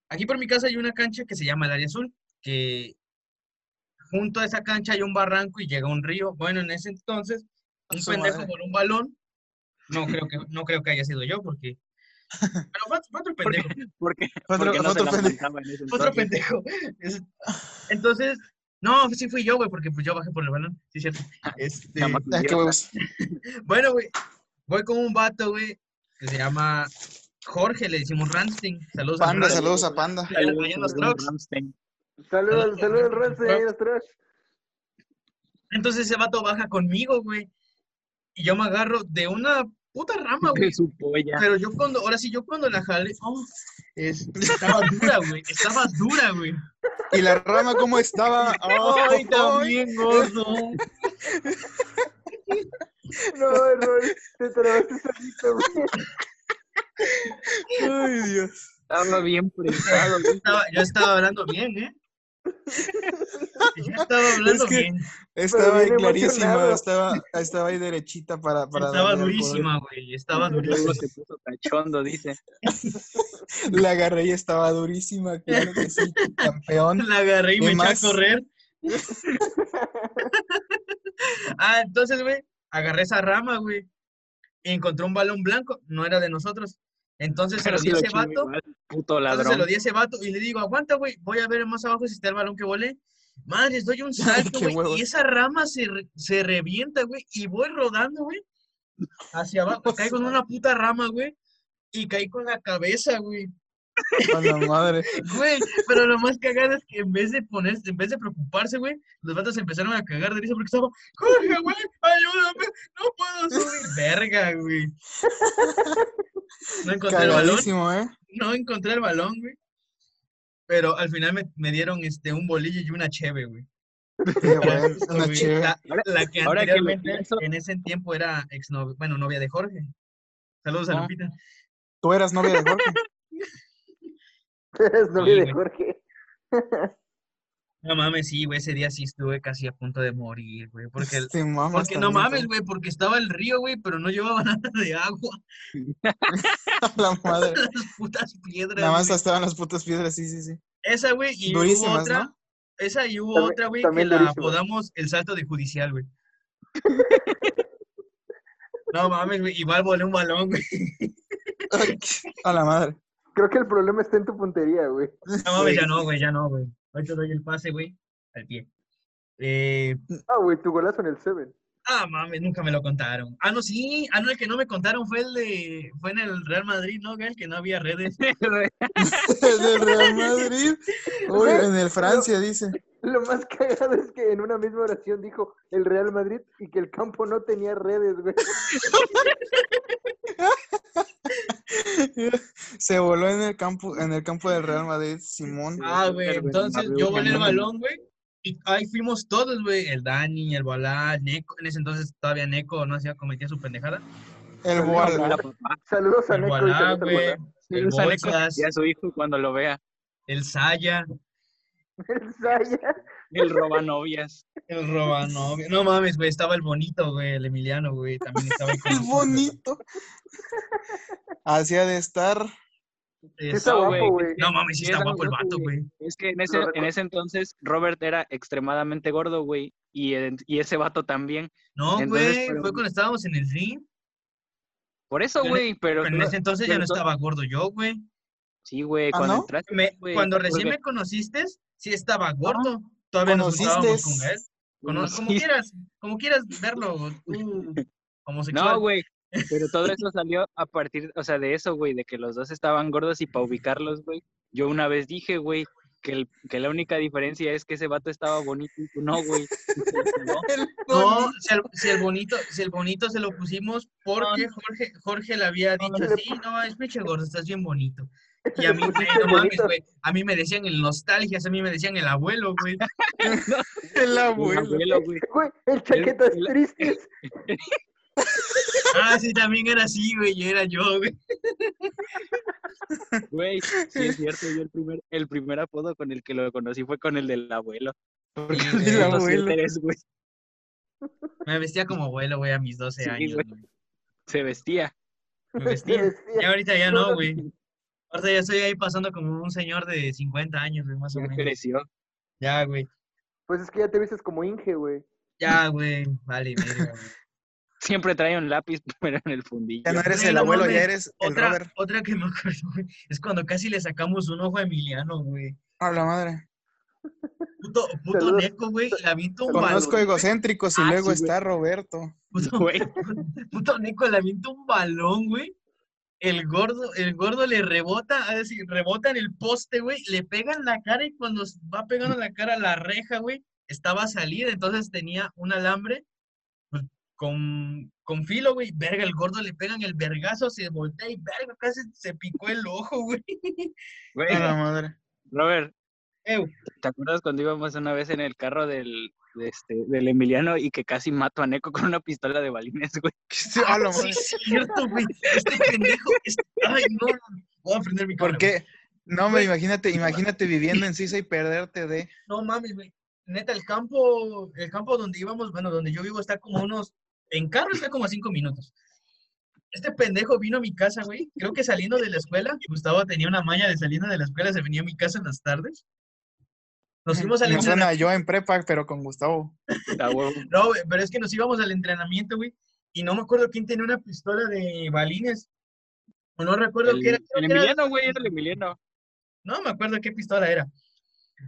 C: aquí por mi casa hay una cancha que se llama el Área Azul, que junto a esa cancha hay un barranco y llega un río. Bueno, en ese entonces, un
D: Su
C: pendejo
D: madre.
C: voló un balón. No creo que, no creo que haya sido yo, porque... Pero fue, fue otro pendejo.
B: Porque,
D: Fue otro-
B: porque no
D: otro
B: se la
D: pendejo.
B: aguantaba en ese
C: Fue otro
B: entonces.
C: pendejo. Es- Entonces, no, sí fui yo, güey, porque pues yo bajé por el balón. Sí, cierto. Este,
B: Chamaco
D: Ah, qué
B: idiota.
D: huevos.
C: bueno, güey, voy con un vato, güey, que se llama Jorge, le decimos Ransting. Saludos a
D: Panda,
C: Jorge.
D: saludos a Panda.
C: Allá- allá en los trucks.
B: Rammstein.
A: Saludos,
C: Saludos,
A: saludos,
C: saludos.
A: Renzo, ahí los trash.
C: Entonces ese vato baja conmigo, güey. Y yo me agarro de una puta rama, güey.
B: De su polla.
C: Pero yo cuando, ahora sí, yo cuando la jalé, oh, es- estaba dura, güey. Estaba dura, güey.
D: Y la rama, ¿cómo estaba? ¡Ay,
C: gordo!
A: No, Roy, te trabaste solito, güey.
D: ¡Ay, Dios!
B: Estaba bien prestado, güey.
C: Estaba- yo estaba hablando bien, ¿eh? Yo estaba hablando
D: Es que-
C: bien.
D: Estaba ahí
A: bien
D: clarísima,
A: emocionado.
D: estaba, estaba ahí derechita para... para
C: Estaba
D: darle al poder.
C: durísima, güey. Estaba durísima.
B: Luego se puso cachondo, dice.
D: La agarré y estaba durísima, claro que sí, campeón.
C: La agarré y
D: ¿Qué
C: me eché a
D: más?
C: correr. ah, entonces, güey, agarré esa rama, güey. Y encontré un balón blanco. No era de nosotros. Entonces se
B: Pero
C: lo
B: sí
C: di
B: lo
C: a ese
B: chingó
C: vato.
B: igual, puto
C: Entonces se lo
B: ladrón.
C: di a ese vato y le digo, aguanta, güey, voy a ver más abajo si está el balón que volé. Madres, doy un salto,
D: Qué
C: güey,
D: huevos.
C: y esa rama se, re- se revienta, güey, y voy rodando, güey, hacia abajo. Caigo en una puta rama, güey, y caí con la cabeza, güey.
D: A la madre.
C: Güey, pero lo más cagado es que en vez de ponerse, en vez de preocuparse, güey, los vatos empezaron a cagar de risa porque estaba, Jorge, güey, ayúdame, no puedo subir. Verga, güey. No encontré el balón,
D: Cagadísimo, ¿eh?
C: no encontré el balón, güey. Pero al final me, me dieron este un bolillo y una cheve, güey.
D: Qué bueno,
C: Justo,
D: una
C: güey.
D: chévere.
C: La,
B: Ahora-
C: la que
B: ahora que lo
C: anteriormente,
B: pienso-
C: en ese tiempo era ex bueno, novia de Jorge. Saludos a
D: Ah.
C: Lupita.
D: Tú eras novia de Jorge.
A: Es
C: Sí,
A: novia de
C: güey.
A: Jorge.
C: No mames, sí, güey, ese día sí estuve casi a punto de morir, güey, porque el-
D: Te mamas
C: Porque no
D: también,
C: mames, güey, porque estaba el río, güey, pero no llevaba nada de agua.
D: tú. La madre.
C: Las putas piedras.
D: Nada más
C: güey.
D: estaban las putas piedras, sí, sí, sí.
C: Esa, güey, y hubo
D: Durísimas,
C: otra.
D: ¿no?
C: Esa y hubo
A: También-
C: otra, güey, que
A: también
C: la
A: durísimas.
C: apodamos el salto de judicial, güey. No mames, güey, igual volé un balón, güey.
D: Ay, A la madre.
A: Creo que el problema está en tu puntería, güey.
C: No mames, ya no, güey, ya no, güey. Hoy te doy el pase, güey, al pie. Eh,
A: Ah, güey, tu golazo en el Seven.
C: ah, mames, nunca me lo contaron. Ah, no, sí. Ah, no, el que no me contaron fue el de. Fue en el Real Madrid, ¿no, güey? El que no había redes.
D: Del Real Madrid. Uy,
A: Güey,
D: en el Francia, dice.
A: Lo más cagado es que en una misma oración dijo el Real Madrid y que el campo no tenía redes, güey.
D: Se voló en el campo, en el campo del Real Madrid, Simón.
C: Ah,
B: Sí,
C: güey,
B: pero, güey,
C: entonces
B: Bernabéu
C: yo volé el
D: cañón.
C: balón, güey. Y ahí fuimos todos, güey. El Dani, el Balá, Neco. En ese entonces todavía Neco no hacía, cometía su pendejada.
D: El Boal.
B: La papá.
A: Saludos a
C: El
A: Neco y
C: Balá,
A: saludos al
C: güey.
A: Guadalajara.
C: El
B: Saludos a Neco
C: Bolsas,
B: y a su hijo cuando lo vea.
C: el Saya,
A: El Zaya.
B: El roba novias.
C: el Robanovia. No mames, güey. Estaba el Bonito, güey. El Emiliano, güey. También estaba ahí con
D: El
C: nosotros, güey.
D: bonito. Así ha de estar.
A: Sí
C: Eso,
A: está
B: No,
A: guapo,
C: güey.
A: güey.
C: No mames, sí
B: Sí,
C: está
B: era
C: guapo el
B: guapo,
C: vato,
B: güey.
C: güey.
B: Es que en ese,
A: Lo
B: en
A: recuerdo.
B: ese entonces Robert era extremadamente gordo, güey. Y, el- y ese vato también.
C: No,
B: Entonces,
C: güey.
B: pero-
C: Fue cuando estábamos en el ring.
B: Por eso,
C: Pero-
B: güey. Pero,
C: Pero en ese entonces ya
B: pero
C: no
B: to-
C: estaba gordo yo, güey.
B: Sí, güey.
D: ¿Ah,
B: cuando
D: no?
B: entraste,
C: Me-
B: güey,
C: Cuando
B: porque-
C: recién me conociste, sí estaba gordo. Todavía nos
D: ¿Conociste?
C: juntábamos con él. Cono-
B: Sí.
C: como quieras, como quieras verlo, tú, homosexual.
B: No, güey. Pero todo eso salió a partir, o sea, de eso, güey, de que los dos estaban gordos y para ubicarlos, güey. Yo una vez dije, güey, que, el- que la única diferencia es que ese vato estaba bonito y tú no, güey. Y tú, no.
C: No, si el, si el bonito, si el bonito se lo pusimos porque Jorge, Jorge le había
B: No,
C: dicho
A: le
C: así, no, es pinche gordo, estás bien bonito. Y a mí, güey,
A: pusiste
C: no mames,
A: bonito.
C: güey, a mí me decían el nostalgias, a mí me decían el abuelo, güey.
D: El
B: Mi
D: abuelo.
B: abuelo, güey.
A: Güey, el chaquetas
B: el-
A: tristes.
C: Ah, sí, también era así, güey, y era yo, güey.
B: Güey, sí es cierto, yo el primer, el primer apodo con el que lo conocí fue con el del abuelo. Porque
C: Sí,
B: el
C: güey.
D: del abuelo.
B: güey,
C: Me vestía como abuelo, güey, a mis 12
B: Sí,
C: años,
B: güey.
C: güey.
B: se vestía.
C: Me
A: te
C: vestía. Ya
A: decía.
C: ahorita ya
A: No,
C: no,
A: no.
C: güey. Ahorita ya estoy ahí pasando como un señor de 50 años, güey, más o
B: ya
C: menos.
B: creció.
C: Ya, güey.
A: Pues es que ya te vistes como Inge, güey.
C: Ya, güey. Vale, verga, güey.
B: Siempre trae un lápiz, pero en el fundillo.
D: Ya no eres
C: Güey,
D: el
C: no
D: abuelo, ya
C: mames.
D: eres el
C: Otra,
D: Robert.
C: otra que me acuerdo, güey, es cuando casi le sacamos un ojo a Emiliano, güey.
D: A la madre.
C: Puto, puto
A: Saludos.
C: neco, güey, le avienta un balón.
D: Conozco egocéntricos y
B: Ah,
D: luego
B: sí, güey.
D: está Roberto.
C: Puto,
B: Güey,
C: puto neco le avienta un balón, güey. El gordo, el gordo le rebota, a decir, rebota en el poste, güey, le pega en la cara y cuando s- va pegando en la cara a la reja, güey, estaba salida, entonces tenía un alambre pues, con, con filo, güey, verga, el gordo le pega en el vergazo, se voltea y verga, casi se picó el ojo, güey.
B: güey,
D: A la madre.
B: Robert,
C: Ew.
B: ¿Te acuerdas cuando íbamos una vez en el carro del, de este, del Emiliano y que casi mato a Neko con una pistola de balines, güey?
D: A la
C: Ah, Sí,
D: madre.
C: es cierto, güey. Este pendejo. este- Ay, no, no, no. Voy a prender mi cámara,
D: ¿Por qué? No, hombre,
C: Güey.
D: imagínate, imagínate viviendo en Sisa y perderte de.
C: güey. No mames, güey. Neta, el campo, el campo donde íbamos, bueno, donde yo vivo está como unos. En carro está como a cinco minutos. Este pendejo vino a mi casa, güey. Creo que saliendo de la escuela, Gustavo tenía una maña de saliendo de la escuela, se venía a mi casa en las tardes. Nos fuimos al
D: Me
C: entrenamiento.
D: suena yo en prepa, pero con Gustavo.
B: A huevo.
C: No, güey, pero es que nos íbamos al entrenamiento, güey, y no me acuerdo quién tenía una pistola de balines. O no recuerdo
B: El,
C: qué era. creo
B: el
C: que era-
B: Emiliano, güey, era el Emiliano.
C: No me acuerdo qué pistola era.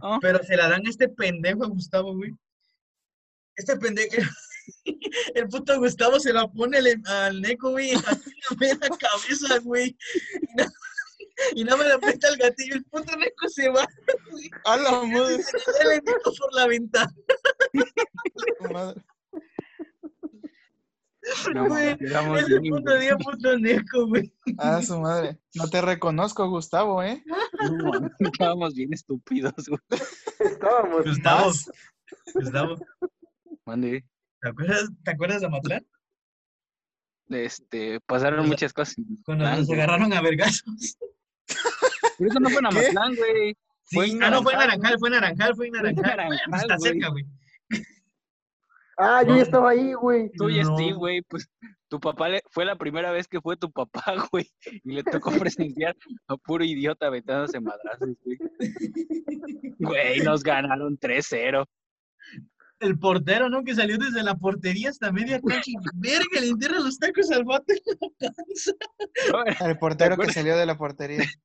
B: Ah.
C: Pero se la dan a este pendejo a Gustavo, güey. Este pendejo. El puto Gustavo se la pone al, al Neco, güey, en la, en la cabeza, güey. Y nada, y nada más le aprieta el gatillo. El puto Neco se va. güey.
D: A la madre.
C: Se le sale el Neco por la ventana,
D: madre.
B: No,
C: güey.
B: mames, éramos
C: Ese
B: bien
C: puto día, puto Neco, güey.
D: A Ah, su madre. No te reconozco, Gustavo, ¿eh?
B: imbéciles, no, mames, estábamos bien estúpidos, güey.
A: Estábamos.
C: Gustavo.
D: Más.
C: Gustavo,
B: Mande,
C: ¿te acuerdas, ¿te acuerdas de Amatlán?
B: Este, pasaron
C: Cuando-
B: muchas cosas. en
C: Cuando
B: Mazatlán,
C: nos
B: güey.
C: agarraron a vergazos.
B: Pero eso no fue en
D: ¿Qué?
B: Amatlán, güey. Fue
C: Sí,
B: en
C: ah, no, fue en
B: Naranjal,
C: Naranjal, fue en Naranjal, fue en
B: en
C: Naranjal. Bueno, pues,
B: Naranjal,
C: está
B: güey.
C: cerca, güey.
A: Ah, yo
C: No.
A: ya estaba ahí, güey.
B: Tú y Steve,
C: No.
B: güey, pues tu papá le, fue la primera vez que fue tu papá, güey, y le tocó presenciar a puro idiota aventándose madrazos, güey. Güey, nos ganaron 3-0.
C: El portero, ¿no? Que salió desde la portería hasta media cancha. y, Verga, le entierra los tacos al vato en la panza.
B: Robert,
D: El
B: ¿Te
D: portero que
B: acuerdas?
D: salió de la portería.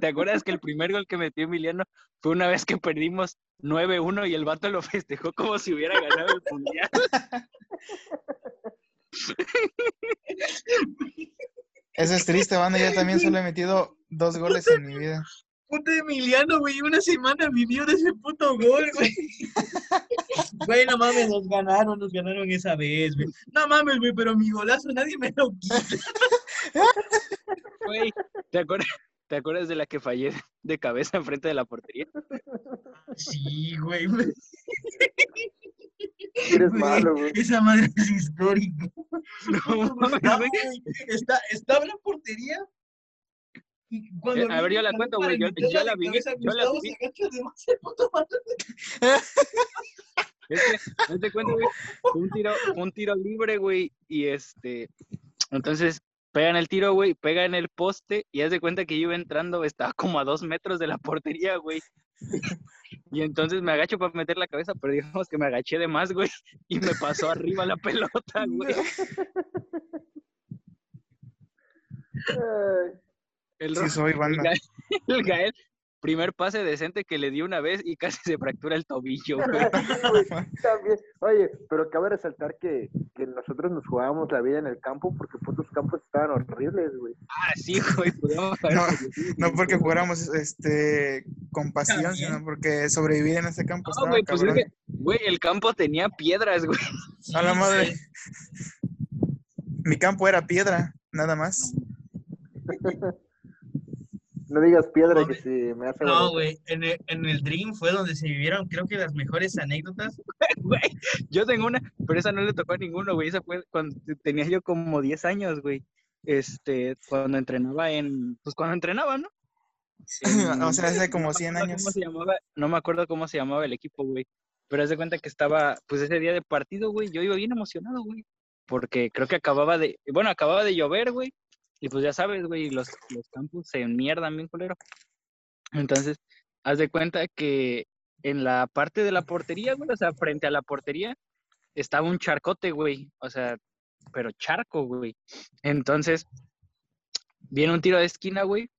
B: ¿Te acuerdas que el primer gol que metió Emiliano fue una vez que perdimos 9-1 y el vato lo festejó como si hubiera ganado el mundial?
D: Eso es triste, banda. Yo también solo he metido dos goles en mi vida.
C: Puto Emiliano, güey, una semana vivió de ese puto gol, güey. Güey, no mames, nos ganaron, nos ganaron esa vez, güey. No mames, güey, pero mi golazo nadie me lo quita.
B: Güey, ¿te acuerdas, ¿te acuerdas de la que fallé de cabeza enfrente de la portería?
C: Sí, güey.
A: Eres
C: Güey,
A: malo, güey.
C: Esa madre es histórica.
B: No, mames,
C: No,
B: güey.
C: güey, está, estaba en la portería. y cuando
B: Eh, a ver, yo la cuento, güey, yo- yo la viví, yo la viví. Es que, haz de cuenta, güey, fue un tiro, fue un tiro libre, güey, y este, entonces pegan el tiro, güey, pega en el poste, y haz de cuenta que yo iba entrando, estaba como a dos metros de la portería, güey. Y entonces me agacho para meter la cabeza, pero digamos que me agaché de más, güey, y me pasó arriba la pelota, güey.
A: Ay,
B: El,
D: Sí,
B: Ro-
D: soy
B: el
D: banda.
B: Gael, el Gael, primer pase decente que le dio una vez y casi se fractura el tobillo, güey.
A: Güey, también. Oye, pero cabe resaltar que, que nosotros nos jugábamos la vida en el campo porque putos campos estaban horribles, güey.
B: Ah, sí, güey, podíamos
D: No,
B: haber-
D: no porque jugáramos este, con pasión,
C: También.
D: sino porque sobrevivir en este campo
B: No,
D: estaba
B: güey, pues es
D: cabrón.
B: que, güey, el campo tenía piedras, güey.
D: A la
C: Sí,
D: madre.
C: sí.
D: Mi campo era piedra, nada más.
A: No digas piedra
C: No,
A: que si me hace...
C: No, güey, en el, en el Dream fue donde se vivieron, creo que las mejores anécdotas.
B: Güey, yo tengo una, pero esa no le tocó a ninguno, güey. Esa fue cuando te- tenía yo como 10 años, güey. Este, cuando entrenaba en, pues cuando entrenaba, ¿no? En-
D: o sea, hace
B: no
D: como
B: me
D: 100
B: acuerdo
D: años.
B: cómo se llamaba- no me acuerdo cómo se llamaba el equipo, güey. Pero haz de cuenta que estaba, pues ese día de partido, güey, yo iba bien emocionado, güey. Porque creo que acababa de, bueno, acababa de llover, güey. Y pues ya sabes, güey, los, los campos se mierdan bien culero. Entonces, haz de cuenta que en la parte de la portería, güey, o sea, frente a la portería, estaba un charcote, güey. O sea, pero charco, güey. Entonces, viene un tiro de esquina, güey.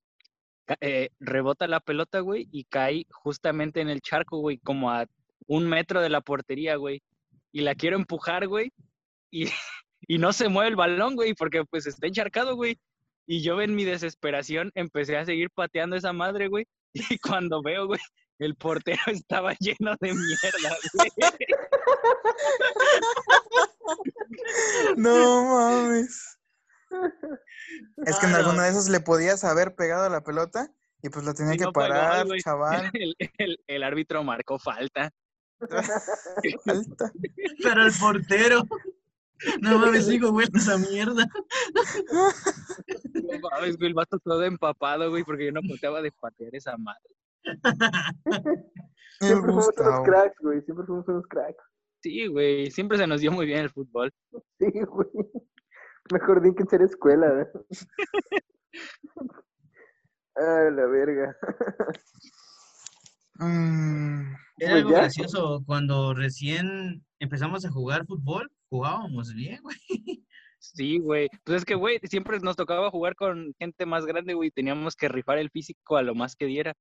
B: ca- eh, rebota la pelota, güey, y cae justamente en el charco, güey, como a un metro de la portería, güey. Y la quiero empujar, güey, y, y no se mueve el balón, güey, porque pues está encharcado, güey. Y yo en mi desesperación empecé a seguir pateando esa madre, güey. Y cuando veo, güey, el portero estaba lleno de mierda, güey.
D: No mames. Es que en alguna de esas le podías haber pegado a la pelota y pues la tenía
B: Y
D: que
B: no pegó,
D: parar,
B: güey.
D: chaval.
B: El, el- el árbitro marcó falta.
D: Falta.
C: Pero el portero. No mames, sigo güey, esa mierda.
B: No mames, güey, el vato todo empapado, güey, porque yo no puteaba de patear esa madre.
D: El
A: Siempre fuimos unos
D: Gustavo.
A: cracks, güey. Siempre fuimos unos cracks.
B: Sí, güey, siempre se nos dio muy bien el fútbol.
A: Sí, güey. Mejor di que ser escuela, ¿eh? Ah, la verga.
D: Mm,
C: Era
A: Güey,
C: algo
A: ya.
C: gracioso. Cuando recién empezamos a jugar fútbol, jugábamos bien, güey.
B: Sí, güey. Pues es que, güey, siempre nos tocaba jugar con gente más grande, güey. Teníamos que rifar el físico a lo más que diera.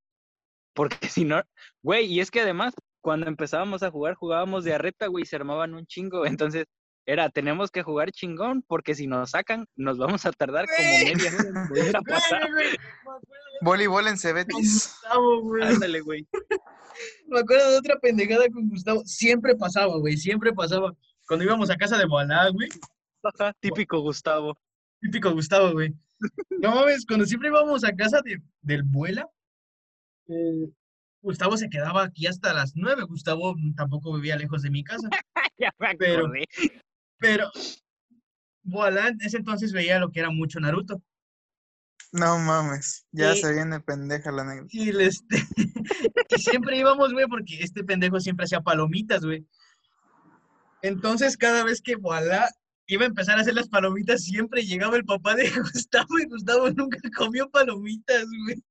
B: Porque si no, güey, y es que además, cuando empezábamos a jugar, jugábamos de arreta, güey, y se armaban un chingo. Entonces, era, tenemos que jugar chingón, porque si nos sacan, nos vamos a tardar como
C: Güey.
B: media hora en volver a pasar.
D: Voleibol en Cebetis.
C: Gustavo, güey.
B: Ándale, güey.
C: Me acuerdo de otra pendejada con Gustavo. Siempre pasaba, güey, siempre pasaba. Cuando íbamos a casa de Boalá, güey,
B: Ajá, típico Gustavo.
C: típico Gustavo, güey. No mames, cuando siempre íbamos a casa de, del Buela, eh, Gustavo se quedaba aquí hasta las nueve. Gustavo tampoco vivía lejos de mi casa.
B: Ya me
C: Pero-
B: acordé.
C: Pero Boalá en ese entonces veía lo que era mucho Naruto.
D: No mames. Ya
C: Y-
D: se viene pendeja la anécdota.
C: Y, le- este, y siempre íbamos, güey, porque este pendejo siempre hacía palomitas, güey. Entonces, cada vez que Boalá iba a empezar a hacer las palomitas, siempre llegaba el papá de Gustavo y Gustavo nunca comió palomitas, güey.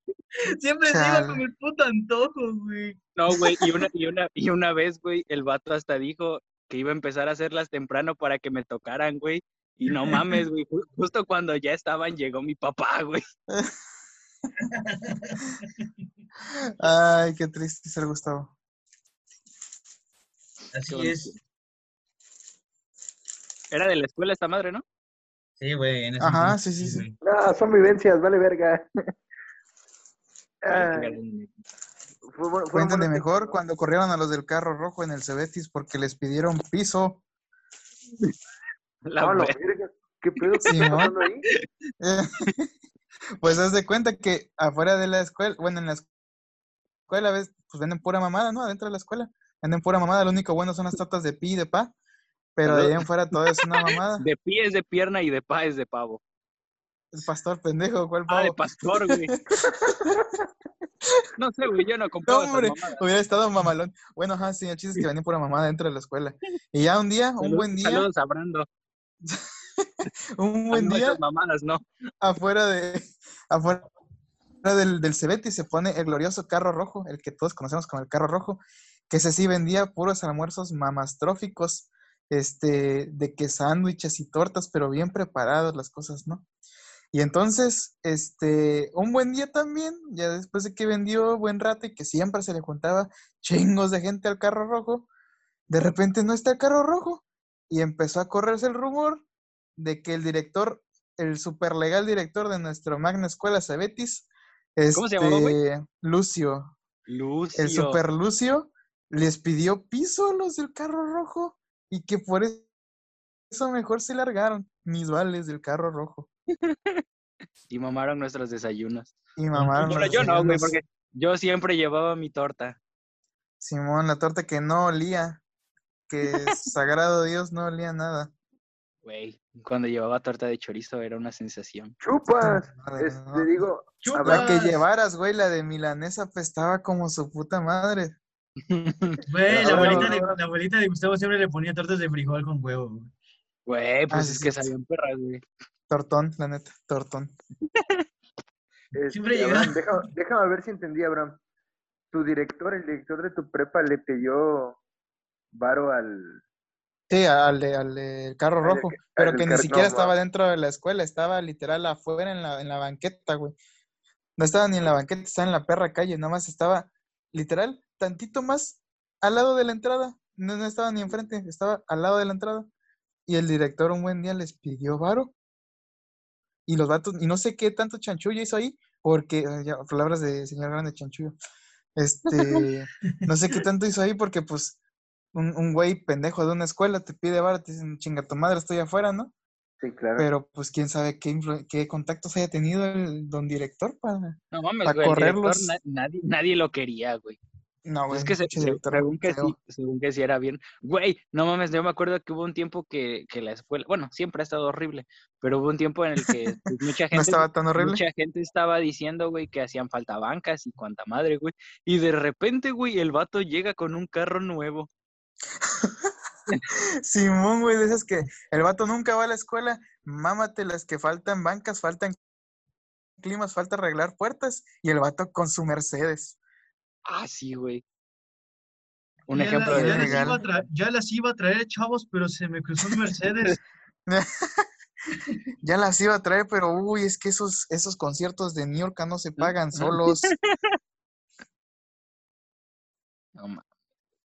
C: Siempre se iba con
D: Chale.
C: el puto antojo, güey.
B: No, güey, y una, y una, y una vez, güey, el vato hasta dijo que iba a empezar a hacerlas temprano para que me tocaran, güey. Y no mames, güey, ju- justo cuando ya estaban llegó mi papá, güey.
D: Ay, qué triste es el Gustavo.
C: Así
B: bonito.
C: es.
B: Era de la escuela esta madre, ¿no?
C: Sí, güey. en ese
D: Ajá,
C: entonces,
D: sí, sí, sí.
C: güey.
A: No, son vivencias, vale verga. Ah, fue bueno- fueron
D: Cuéntale
A: buenos
D: mejor
A: tiempos, ¿no?
D: cuando corrieron a los del carro rojo en el Cebetis porque les pidieron piso.
B: La
A: Ah, la
B: ver-
A: verga. ¿Qué pedo que
D: Sí,
A: está
D: ¿no?
A: pasando ahí?
D: Pues haz de cuenta que afuera de la escuela, bueno, en la escuela ves, pues venden pura mamada, ¿no? Adentro de la escuela. Venden pura mamada, lo único bueno son las tortas de pi y de pa, pero de ahí en fuera todo es una mamada.
B: de pie es de pierna y de pa es de pavo.
D: El pastor pendejo, ¿cuál
B: Ah, de
D: pavo?
B: pastor, güey. No sé, güey, yo no
D: No,
B: compraba esas
D: hombre,
B: mamadas.
D: hubiera estado mamalón. Bueno, ajá, sí, el chiste es que venden pura mamada dentro de la escuela. Y ya un día, un
B: Salud-
D: buen día,
B: Saludos a Brando.
D: un
B: Ah,
D: buen
B: no,
D: día,
B: esas mamadas, no.
D: afuera de afuera del, del Cebeti se pone el glorioso carro rojo, el que todos conocemos como el carro rojo, que ese sí vendía puros almuerzos mamastróficos, este, de que sándwiches y tortas, pero bien preparadas las cosas, ¿no? Y entonces, este, un buen día también, ya después de que vendió buen rato y que siempre se le juntaba chingos de gente al carro rojo, de repente no está el carro rojo. Y empezó a correrse el rumor de que el director, el superlegal director de nuestro Magna Escuela Cebetis,
B: ¿Cómo se llamaba, güey?
D: este, Lucio,
B: Lucio.
D: el super Lucio les pidió piso a los del carro rojo y que por e-, eso mejor se largaron mis vales del carro rojo
B: Y mamaron nuestros desayunos.
D: y mamaron.
B: Bueno,
D: los
B: yo no, güey,
D: desayunos.
B: porque yo siempre llevaba mi torta.
D: Simón, la torta que no olía, que sagrado Dios no olía nada.
B: Güey, cuando llevaba torta de chorizo era una sensación.
D: Pues,
A: Chupas.
D: Madre,
A: Es-
D: no.
A: te digo,
D: La este, que
A: Chupas.
D: llevaras, güey, la de milanesa apestaba como su puta madre.
C: Güey, la
D: Ahora,
C: abuelita,
D: ahora,
C: de,
D: ahora.
C: la abuelita de Gustavo siempre le ponía tortas de frijol con huevo. güey.
B: Güey, pues
D: sí,
B: es
D: Ah, sí,
B: que
D: sí.
B: sabían perras, güey.
D: Tortón, la neta, tortón.
A: este,
C: Siempre llegaba.
A: Abraham, deja- déjame, ver si entendí, Abraham. Tu director, el director de tu prepa, le pidió varo al.
D: Sí, al, de- al del carro
A: Al del
D: rojo,
A: que- al
D: pero
A: del
D: que ni
A: car-
D: siquiera
A: no,
D: estaba
A: mames.
D: dentro de la escuela, estaba literal afuera en la, en la banqueta, güey. No estaba ni en la banqueta, estaba en la perra calle, nomás estaba literal tantito más al lado de la entrada. No, no estaba ni enfrente, estaba al lado de la entrada. Y el director un buen día les pidió varo. Y los vatos, y no sé qué tanto chanchullo hizo ahí, porque, ah, ya, palabras de señor grande chanchullo. Este, no sé qué tanto hizo ahí, porque pues un, un güey pendejo de una escuela te pide varo, te dicen, chinga tu madre, estoy afuera, ¿no?
A: Sí, claro.
D: Pero pues quién sabe qué, influ- qué contactos haya tenido el don director para...
B: No mames, güey.
D: Pa'
B: El director
D: correrlos.
B: na- nadie, nadie lo quería, güey.
D: No, güey.
B: es que se-
D: pinche
B: se-
D: director
B: según que
D: feo.
B: sí, según que sí era bien. Güey, no mames, yo me acuerdo que hubo un tiempo que, que la escuela, bueno, siempre ha estado horrible, pero hubo un tiempo en el que pues, mucha gente
D: No estaba tan horrible.
B: Mucha gente estaba diciendo, güey, que hacían falta bancas y cuanta madre, güey. Y de repente, güey, el vato llega con un carro nuevo.
D: Simón, güey, de esas que el vato nunca va a la escuela, mámate las que faltan bancas, faltan climas, falta arreglar puertas, y el vato con su Mercedes.
B: Ah, sí, güey. Un
C: Ya la-
B: ejemplo
D: de
C: ya, las
D: legal.
C: iba a tra- ya las iba a traer, chavos, pero se me cruzó un Mercedes.
D: Ya las iba a traer, pero uy, es que esos, esos conciertos de New York ah, no se pagan
B: no.
D: solos.
B: No ma-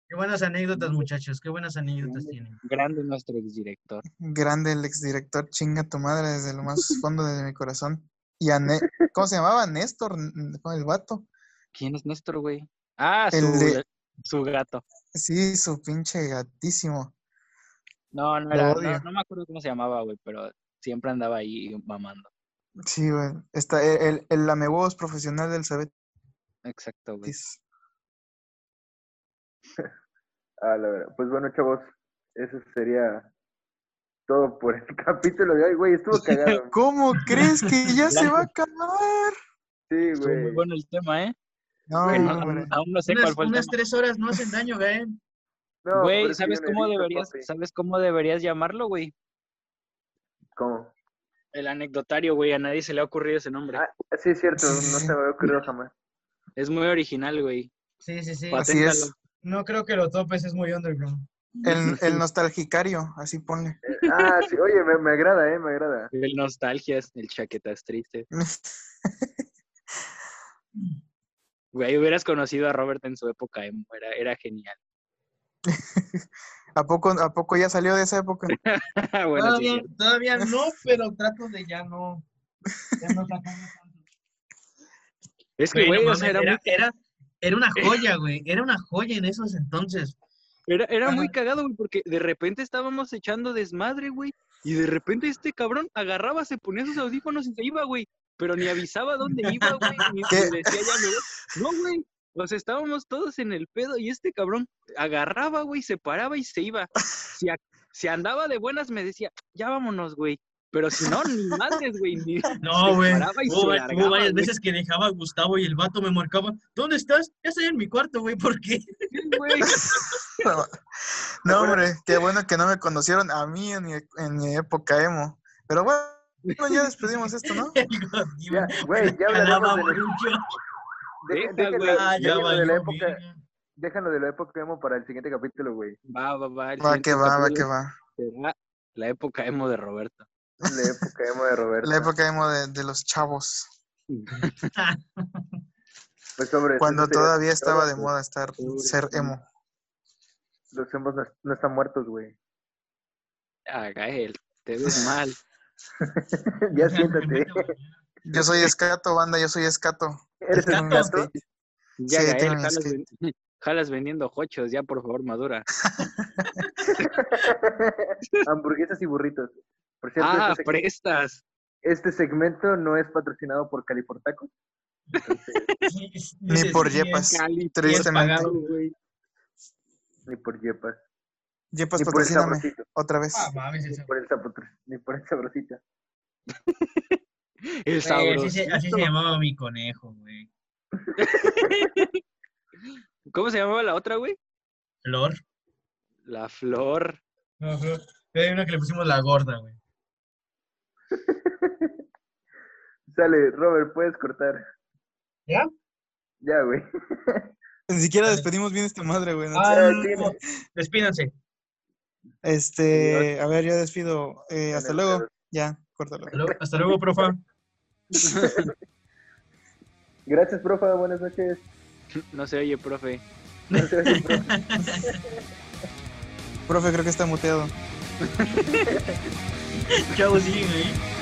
C: Qué buenas anécdotas, muchachos. Qué buenas anécdotas tienen.
B: grande nuestro exdirector.
D: Grande el exdirector, chinga tu madre desde lo más fondo de mi corazón. Y a Ne- ¿cómo se llamaba? Néstor, n- n- el vato.
B: ¿Quién es nuestro, güey? Ah,
D: El
B: su,
D: de-
B: su gato.
D: Sí, su pinche gatísimo.
B: No, no
D: Lo
B: era,
D: odio.
B: no, no me acuerdo cómo se llamaba, güey, pero siempre andaba ahí mamando.
D: Sí, güey. Está el, el, el lamehuevos profesional del Sabetis.
B: Exacto, güey.
A: Ah, la verdad. Pues bueno, chavos, eso sería todo por el capítulo de hoy, güey. Estuvo cagado.
D: ¿Cómo crees que ya se va a acabar?
A: Sí,
B: Estuvo muy
A: güey.
B: bueno el tema, ¿eh?
D: No,
B: Que no-
D: hombre.
B: aún, aún no sé cuál
C: Unas,
B: fue el
C: unas
B: tema.
C: tres horas no hacen daño, ¿eh? Gael.
A: No, pero
B: Güey,
A: es que
B: ¿sabes
A: yo
B: cómo
A: necesito,
B: deberías,
A: papi.
B: sabes cómo deberías llamarlo, güey?
A: ¿Cómo?
B: El anecdotario, güey, a nadie se le ha ocurrido ese nombre.
A: Ah, sí, es cierto, no se me había ocurrido jamás.
B: Es muy original, güey.
C: Sí, sí, sí.
B: Pat-
D: Así es.
B: paténtalo.
C: No creo que lo topes, es muy underground.
D: El, el nostalgicario, así ponle.
A: Eh, Ah, sí, oye, me, me agrada, eh, me agrada.
B: El nostalgias, el chaquetas triste. Güey, hubieras conocido a Robert en su época emo, era, era genial.
D: ¿A poco, ¿A poco ya salió de esa época?
B: bueno,
C: todavía,
B: sí, sí.
C: todavía no, pero trato de ya no. Ya no sacarme tanto.
B: es
C: Güey,
B: que,
C: no
B: güey, o
C: mames,
B: sea, era,
C: era,
B: muy, Eh.
C: era, era una joya, güey. Era una joya en esos entonces.
B: era, era muy
C: Ajá.
B: cagado, güey, porque de repente estábamos echando desmadre, güey, y de repente este cabrón agarraba, se ponía sus audífonos y se iba, güey, pero ni avisaba dónde iba, güey, ni
D: ¿Qué?
B: ni decía ya me voy. No, güey, o sea, estábamos todos en el pedo y este cabrón agarraba, güey, se paraba y se iba. Si, a- si andaba de buenas me decía, ya vámonos, güey. Pero si no, ni madres, güey, ni,
C: No,
B: Se
C: güey.
B: paraba y se
C: Hubo, va-
B: largaba,
C: hubo varias
B: güey.
C: veces que dejaba a Gustavo y el vato me marcaba. ¿Dónde estás? Ya estoy en mi cuarto, güey. ¿Por qué?
B: güey.
D: No, no, hombre, qué bueno que no me conocieron a mí en mi, en mi época emo. Pero bueno, ya despedimos esto, ¿no?
A: Ya, güey, ya hablaremos de, la- de-
B: Deja,
A: déjenlo-
B: güey. Ah,
C: ya
A: déjenlo de la
C: valió,
A: época,
C: verga.
A: déjenlo de la época emo para el siguiente capítulo, güey.
B: Va, va, va. el
D: Va que
B: siguiente
D: va, va
B: capítulo
D: que va.
B: será la época emo de Roberto.
A: La época emo de Roberto.
D: La época emo de, de los chavos.
A: Pues, hombre,
D: Cuando
A: eso sería
D: todavía
A: todo,
D: estaba de
A: güey.
D: moda estar ser emo.
A: Los emos no, no están muertos, güey.
B: Ah, Gael, te ves mal.
A: ya siéntate.
D: Yo soy escato, banda, yo soy escato. Este
A: Eres
D: Tengo
A: el
D: un
A: gato.
D: skate.
B: Ya,
D: Sí,
B: Gael,
D: tengo un
B: jalas,
D: skate.
B: ven- jalas vendiendo hochos, ya por favor, madura.
A: Hamburguesas y burritos. Por cierto,
B: Ah,
A: este, seg-
B: prestas.
A: este segmento no es patrocinado por Califortaco.
D: Ni por yepas.
B: Cali,
D: Tristemente.
B: pagado, güey.
A: Ni por Yepas.
D: Yepas,
A: ni por el
D: Pues patrocíname
A: sabrosito.
D: otra vez.
C: Ah, mames,
A: Ni
C: esa-
A: por el, sapotr- ni por el sabrosito.
B: El
C: Güey, así, se,
B: sabrosito.
C: así se llamaba mi conejo, güey.
B: ¿Cómo se llamaba la otra, güey?
C: Flor.
B: La flor.
C: No, Flor. Hay una que le pusimos la gorda, güey.
A: Sale, Robert, puedes cortar.
C: ¿Ya?
A: Ya, güey.
D: Ni siquiera despedimos bien esta madre, güey. no
C: Ah,
A: Ah,
C: no. Despídanse.
D: Este, a ver, yo despido. Eh, hasta
A: el
D: luego.
A: dedo.
D: Ya, córtalo.
C: Hasta luego- Hasta luego, profa.
A: Gracias, profa. Buenas noches.
B: No se oye, profe.
D: Profe, creo que está muteado.
C: Chau, sí, güey.